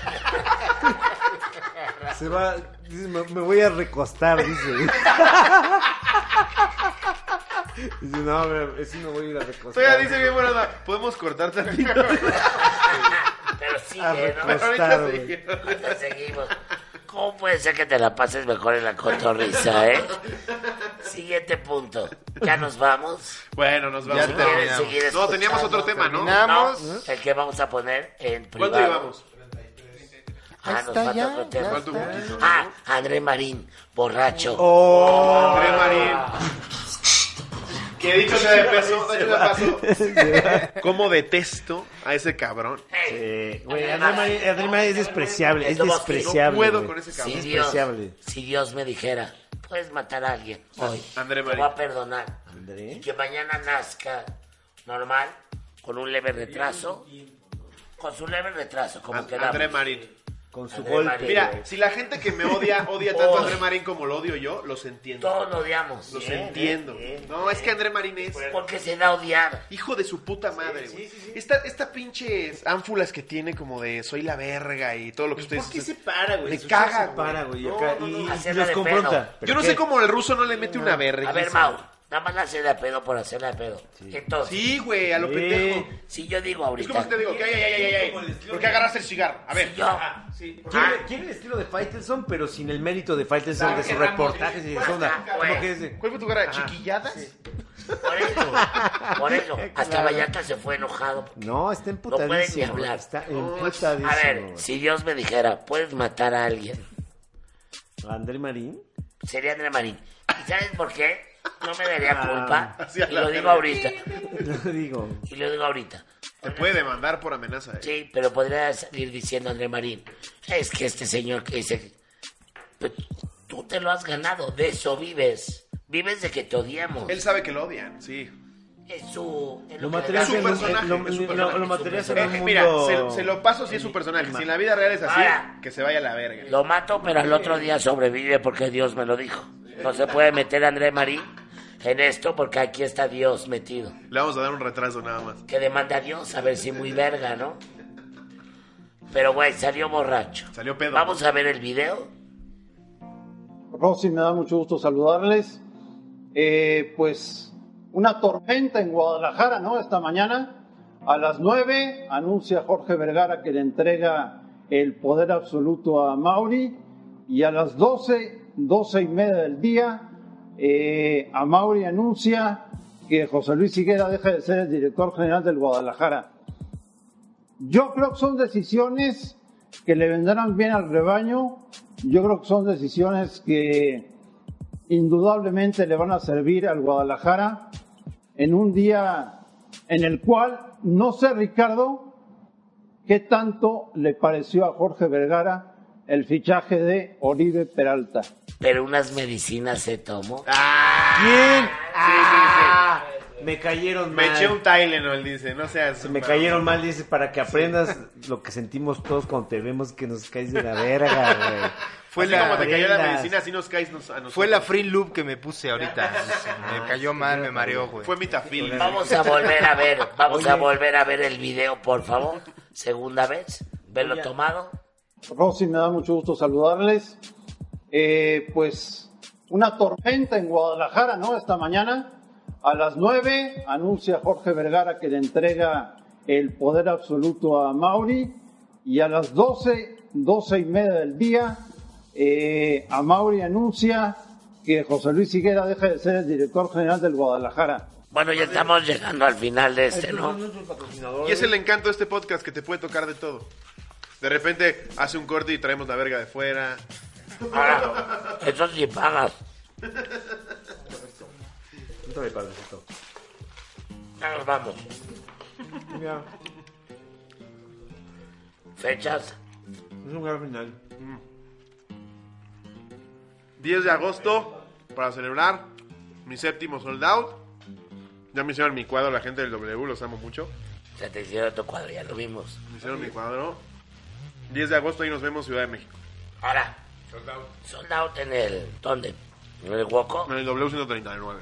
[SPEAKER 4] Se va, dice, me, me voy a recostar, dice. Dice, no, güey, sí me voy a ir a
[SPEAKER 3] Todavía
[SPEAKER 4] recostar.
[SPEAKER 3] dice bien bueno, podemos cortar tantito.
[SPEAKER 1] Pero
[SPEAKER 3] Ah,
[SPEAKER 4] a
[SPEAKER 1] sigue,
[SPEAKER 3] pues,
[SPEAKER 1] ¿no?
[SPEAKER 4] recostar, güey.
[SPEAKER 1] Te seguimos. ¿Cómo puede ser que te la pases mejor en la cotorriza, eh? Siguiente punto. Ya nos vamos.
[SPEAKER 3] Bueno, nos vamos.
[SPEAKER 2] Ya
[SPEAKER 1] Si
[SPEAKER 3] No,
[SPEAKER 1] quieren
[SPEAKER 4] Eh,
[SPEAKER 2] terminamos.
[SPEAKER 1] seguir
[SPEAKER 3] No, teníamos
[SPEAKER 1] escuchando,
[SPEAKER 3] otro tema, ¿no?
[SPEAKER 2] Terminamos.
[SPEAKER 1] No, el que vamos a poner en privado.
[SPEAKER 3] ¿Cuánto llevamos?
[SPEAKER 1] Ah, nos falta otro tema.
[SPEAKER 3] Falta un poquito.
[SPEAKER 1] Ah, André Marín, borracho.
[SPEAKER 4] Oh,
[SPEAKER 3] André Marín. Que dicho sea de peso, dicho sea de paso. ¿Cómo detesto a ese cabrón?
[SPEAKER 4] eh, güey, André Marín- André Marín es despreciable, es
[SPEAKER 1] No puedo
[SPEAKER 4] despreciable. güey.
[SPEAKER 3] con ese cabrón.
[SPEAKER 1] Si
[SPEAKER 4] Es
[SPEAKER 1] Dios,
[SPEAKER 4] despreciable.
[SPEAKER 1] si Dios me dijera, puedes matar a alguien hoy.
[SPEAKER 3] André
[SPEAKER 1] te
[SPEAKER 3] Marín.
[SPEAKER 1] va a perdonar.
[SPEAKER 3] ¿Eh?
[SPEAKER 4] André.
[SPEAKER 1] Y que mañana nazca normal, con un leve retraso. Con su leve retraso, como
[SPEAKER 3] An-
[SPEAKER 1] quedamos.
[SPEAKER 3] André Marín.
[SPEAKER 4] Con su
[SPEAKER 1] André
[SPEAKER 4] golpe.
[SPEAKER 1] Marín.
[SPEAKER 3] Mira, si la gente que me odia odia tanto a
[SPEAKER 1] Uy.
[SPEAKER 3] André Marín como lo odio yo, los entiendo.
[SPEAKER 1] Todos lo odiamos.
[SPEAKER 3] Los
[SPEAKER 1] Bien,
[SPEAKER 3] entiendo.
[SPEAKER 1] bien,
[SPEAKER 4] eh.
[SPEAKER 1] bien.
[SPEAKER 3] No, es que André Marín es
[SPEAKER 1] Porque se da a odiar.
[SPEAKER 3] hijo de su puta madre. güey. Esta, esta pinche ánfulas que tiene como de soy la verga y todo lo que estoy
[SPEAKER 4] Pues, ¿Por qué se para, güey?
[SPEAKER 3] Me
[SPEAKER 4] Su
[SPEAKER 3] caga,
[SPEAKER 4] chavo se
[SPEAKER 3] güey.
[SPEAKER 4] para, güey. y
[SPEAKER 3] No,
[SPEAKER 4] acá-
[SPEAKER 3] no, no.
[SPEAKER 4] y- Y
[SPEAKER 1] Hacerla
[SPEAKER 4] los
[SPEAKER 1] de
[SPEAKER 4] confronta.
[SPEAKER 3] Yo no sé cómo el ruso no le mete una verga.
[SPEAKER 1] A ver, Mau, nada más la hace de a pedo por hacerla de pedo. Entonces,
[SPEAKER 3] Sí, güey, a lo
[SPEAKER 4] Sí.
[SPEAKER 3] pendejo.
[SPEAKER 1] si yo digo
[SPEAKER 3] Es como
[SPEAKER 1] ahorita...
[SPEAKER 3] si te digo, que ay, ay, ay, ay, ay, ¿Por qué agarraste el cigarro? A ver.
[SPEAKER 1] si yo,
[SPEAKER 3] ajá.
[SPEAKER 4] Quiere,
[SPEAKER 3] Ah.
[SPEAKER 4] quiere el estilo de Faitelson, pero sin el mérito de Faitelson, de sus reportajes y de su onda.
[SPEAKER 1] Ajá,
[SPEAKER 4] ¿Cómo
[SPEAKER 1] güey.
[SPEAKER 4] que es de-
[SPEAKER 3] ¿Cuál fue tu cara? ¿Chiquilladas?
[SPEAKER 1] Por eso, por eso. Hasta Vallarta se fue enojado.
[SPEAKER 4] No, está
[SPEAKER 1] pueden ni
[SPEAKER 4] emputadísimo.
[SPEAKER 1] hablar.
[SPEAKER 4] Está emputadísimo.
[SPEAKER 1] A ver,
[SPEAKER 4] güey.
[SPEAKER 1] si Dios me dijera, puedes matar a alguien,
[SPEAKER 4] André Marín.
[SPEAKER 1] sería André Marín. ¿Y sabes por qué? No me daría culpa.
[SPEAKER 3] así Ah, a
[SPEAKER 1] Y
[SPEAKER 3] la
[SPEAKER 1] lo digo
[SPEAKER 3] verga.
[SPEAKER 1] ahorita.
[SPEAKER 4] Lo digo.
[SPEAKER 1] Y lo digo ahorita.
[SPEAKER 3] Te puede demandar por amenaza. eh.
[SPEAKER 1] Sí, pero podría salir diciendo André Marín, es que este señor que dice, "Pues, tú te lo has ganado, de eso vives. Vives de que te odiamos.
[SPEAKER 3] Él sabe que lo odian, sí.
[SPEAKER 1] Es su... es que
[SPEAKER 4] Lo
[SPEAKER 1] le da-
[SPEAKER 4] material
[SPEAKER 3] Es un
[SPEAKER 4] en
[SPEAKER 3] personaje,
[SPEAKER 4] lo-
[SPEAKER 3] es un
[SPEAKER 4] lo-
[SPEAKER 3] personaje,
[SPEAKER 4] lo
[SPEAKER 3] es un
[SPEAKER 4] material en
[SPEAKER 1] personaje.
[SPEAKER 4] un
[SPEAKER 3] Eh,
[SPEAKER 4] mundo.
[SPEAKER 3] mira, se, se lo paso si es su personaje. Si en la vida real es así,
[SPEAKER 1] Ahora.
[SPEAKER 3] que se vaya a la verga.
[SPEAKER 1] Lo mato, pero al otro día sobrevive porque Dios me lo dijo. No se puede meter André Marín en esto porque aquí está Dios metido.
[SPEAKER 3] Le vamos a dar un retraso nada más.
[SPEAKER 1] Que demanda a Dios, a ver si muy verga, ¿no? Pero, güey, salió borracho.
[SPEAKER 3] Salió pedo.
[SPEAKER 1] Vamos a ver el video.
[SPEAKER 9] Rosy, me da mucho gusto saludarles. Eh, pues una tormenta en Guadalajara, ¿no? Esta mañana, a las 9, anuncia Jorge Vergara que le entrega el poder absoluto a Mauri. Y a las 12, 12 y media del día, eh, a Mauri anuncia que José Luis Higuera deje de ser el director general del Guadalajara. Yo creo que son decisiones que le vendrán bien al rebaño. Yo creo que son decisiones que indudablemente le van a servir al Guadalajara en un día en el cual no sé, Ricardo, qué tanto le pareció a Jorge Vergara el fichaje de Oribe Peralta.
[SPEAKER 1] Pero unas medicinas se tomó.
[SPEAKER 4] ¿Quién? Ah, Me cayeron
[SPEAKER 3] Me
[SPEAKER 4] mal.
[SPEAKER 3] eché un Tylenol, dice, no seas...
[SPEAKER 4] Me cayeron mal, dice, para que aprendas lo que sentimos todos cuando te vemos que nos caes de la verga, güey.
[SPEAKER 3] Fue
[SPEAKER 4] Para que
[SPEAKER 3] como te cayó la
[SPEAKER 4] aprendas.
[SPEAKER 3] medicina, así nos caes nos- a nosotros.
[SPEAKER 2] Fue la free loop que me puse ahorita. Me cayó mal, me mareó, güey.
[SPEAKER 3] Fue mitafil.
[SPEAKER 1] Vamos a volver a ver, vamos
[SPEAKER 4] Oye.
[SPEAKER 1] a volver a ver el video, por favor. Segunda vez, verlo
[SPEAKER 4] Oye.
[SPEAKER 1] tomado.
[SPEAKER 9] Rosy, me da mucho gusto saludarles. Eh, pues una tormenta en Guadalajara, ¿no? Esta mañana, a las 9, anuncia Jorge Vergara que le entrega el poder absoluto a Mauri. Y a las 12, 12 y media del día, eh, a Mauri anuncia que José Luis Higuera deja de ser el director general del Guadalajara.
[SPEAKER 1] Bueno, ya estamos llegando al final de este, ¿no?
[SPEAKER 3] Y es el encanto de este podcast que te puede tocar de todo. De repente hace un corte y traemos la verga de fuera.
[SPEAKER 1] Ah, eso sí pagas.
[SPEAKER 4] Cuéntame, padrecito.
[SPEAKER 1] Ya nos vamos.
[SPEAKER 4] Mira,
[SPEAKER 1] Fechas.
[SPEAKER 4] es un gran final.
[SPEAKER 3] 10 de agosto para celebrar mi séptimo sold out. Ya me hicieron mi cuadro la gente del W, los amo mucho.
[SPEAKER 1] Se te hicieron tu cuadro, ya lo vimos.
[SPEAKER 3] Me hicieron mi cuadro. 10 de agosto y nos vemos Ciudad de México.
[SPEAKER 1] Ahora, sold out en el. ¿Dónde? En el Huoco.
[SPEAKER 3] En el W139.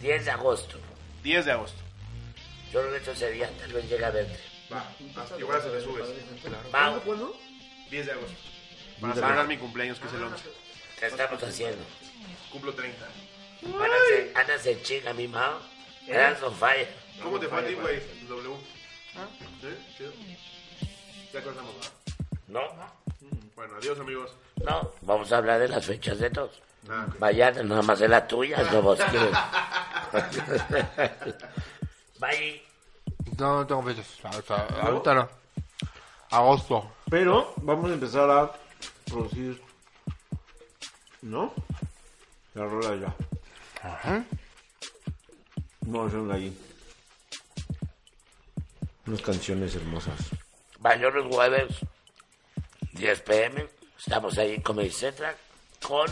[SPEAKER 1] 10 de agosto.
[SPEAKER 3] 10 de agosto.
[SPEAKER 1] Yo lo he hecho ese día, tal vez llegue a verte.
[SPEAKER 3] Va, igual se le subes.
[SPEAKER 1] Mau,
[SPEAKER 3] 10 de agosto. Para celebrar mi cumpleaños que es el 11.
[SPEAKER 1] ¿qué estamos haciendo?
[SPEAKER 3] Cumplo 30.
[SPEAKER 1] Andas- Andas en chinga, mi Mao. Eras on fire.
[SPEAKER 3] ¿Cómo te fue a ti, güey? El W. ¿Sí? ¿Chido? Ya cortamos, ¿verdad?
[SPEAKER 1] No,
[SPEAKER 3] Bueno, adiós, amigos.
[SPEAKER 1] no. Vamos a hablar de las fechas de todos.
[SPEAKER 3] Ah, ok.
[SPEAKER 1] Vaya, nada más de la tuya, no vos quieres. Vaya,
[SPEAKER 2] No, no tengo fechas. Ahorita, ahorita no. Agosto.
[SPEAKER 4] Pero vamos a empezar a producir. ¿No? La rola ya.
[SPEAKER 2] Ajá.
[SPEAKER 4] No, son ahí. Unas canciones hermosas.
[SPEAKER 1] vaya los jueves, 10 pm. Estamos ahí en Comedy Central con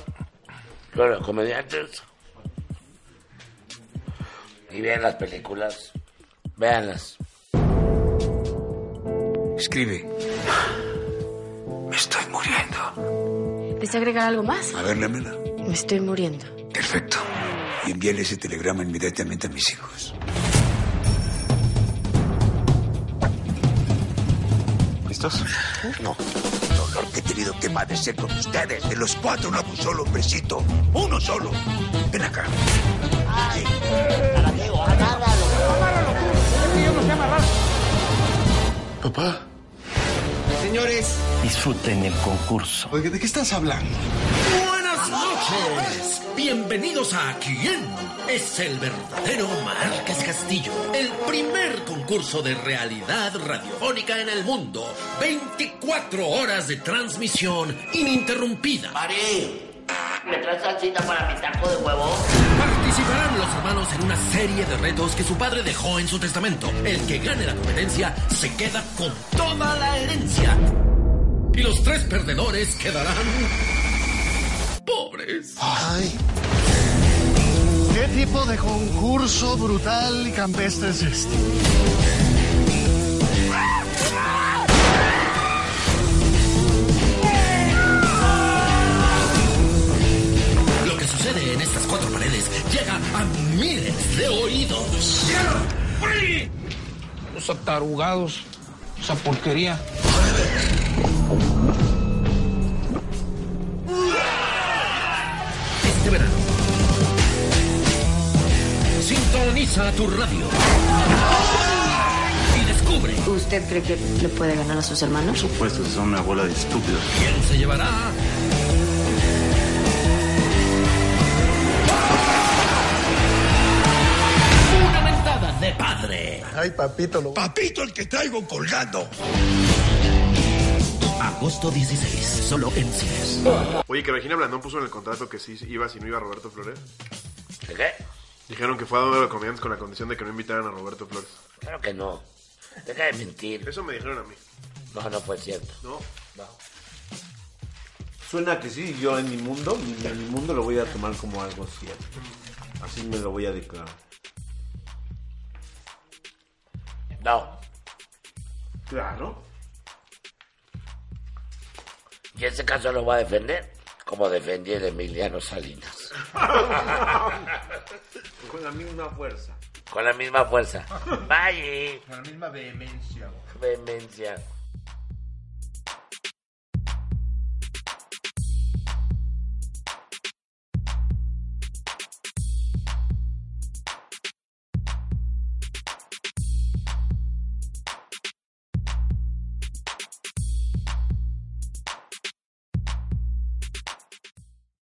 [SPEAKER 1] los comediantes. Y vean las películas. Veanlas.
[SPEAKER 10] Escribe. Me estoy muriendo.
[SPEAKER 11] ¿Desea agregar algo más?
[SPEAKER 10] A ver, lémela.
[SPEAKER 11] Me estoy muriendo.
[SPEAKER 10] Perfecto. Y envíale ese telegrama inmediatamente a mis hijos. ¿Listos? No. El dolor que he tenido que padecer con ustedes. De los cuatro no hubo un solo hombrecito. Uno solo. Ven acá.
[SPEAKER 12] Papá. Señores. Disfruten el concurso. Oye, ¿de qué estás hablando?
[SPEAKER 13] Buenas noches. Bienvenidos a ¿Quién es el verdadero Márquez Castillo? El primer concurso de realidad radiofónica en el mundo. 24 horas de transmisión ininterrumpida.
[SPEAKER 1] ¿Me traes salsita para mi taco de huevo?
[SPEAKER 13] Participarán los hermanos en una serie de retos que su padre dejó en su testamento. El que gane la competencia se queda con toda la herencia. Y los tres perdedores quedarán pobres.
[SPEAKER 12] ¿Qué tipo de concurso brutal y campestre es este?
[SPEAKER 13] Lo que sucede en estas cuatro paredes llega a miles de oídos.
[SPEAKER 14] Los atarugados, esa porquería.
[SPEAKER 13] Este verano. Sintoniza tu radio. Y descubre
[SPEAKER 11] ¿Usted cree que le puede ganar a sus hermanos?
[SPEAKER 15] Puestos son una bola de estúpidos.
[SPEAKER 13] quién se llevará de padre.
[SPEAKER 12] Ay, papito, lo...
[SPEAKER 13] Papito el que traigo colgando. Agosto 16, solo en cines.
[SPEAKER 3] Oye, que Regina Blandón puso en el contrato que sí iba si no iba Roberto Flores.
[SPEAKER 1] ¿De qué?
[SPEAKER 3] Dijeron que fue a donde los comediantes con la condición de que no invitaran a Roberto Flores.
[SPEAKER 1] Claro que no. Deja de mentir.
[SPEAKER 3] Eso me dijeron a mí.
[SPEAKER 1] No, no fue cierto.
[SPEAKER 3] No.
[SPEAKER 4] Suena que sí, yo en mi mundo, mi- mi- mi mundo lo voy a tomar como algo cierto. Así me lo voy a declarar.
[SPEAKER 1] No.
[SPEAKER 4] Claro.
[SPEAKER 1] Y en ese caso lo va a defender como defendí el Emiliano Salinas.
[SPEAKER 12] Con la misma fuerza.
[SPEAKER 1] Con la misma fuerza. Valle.
[SPEAKER 12] Con la misma vehemencia.
[SPEAKER 1] Vehemencia.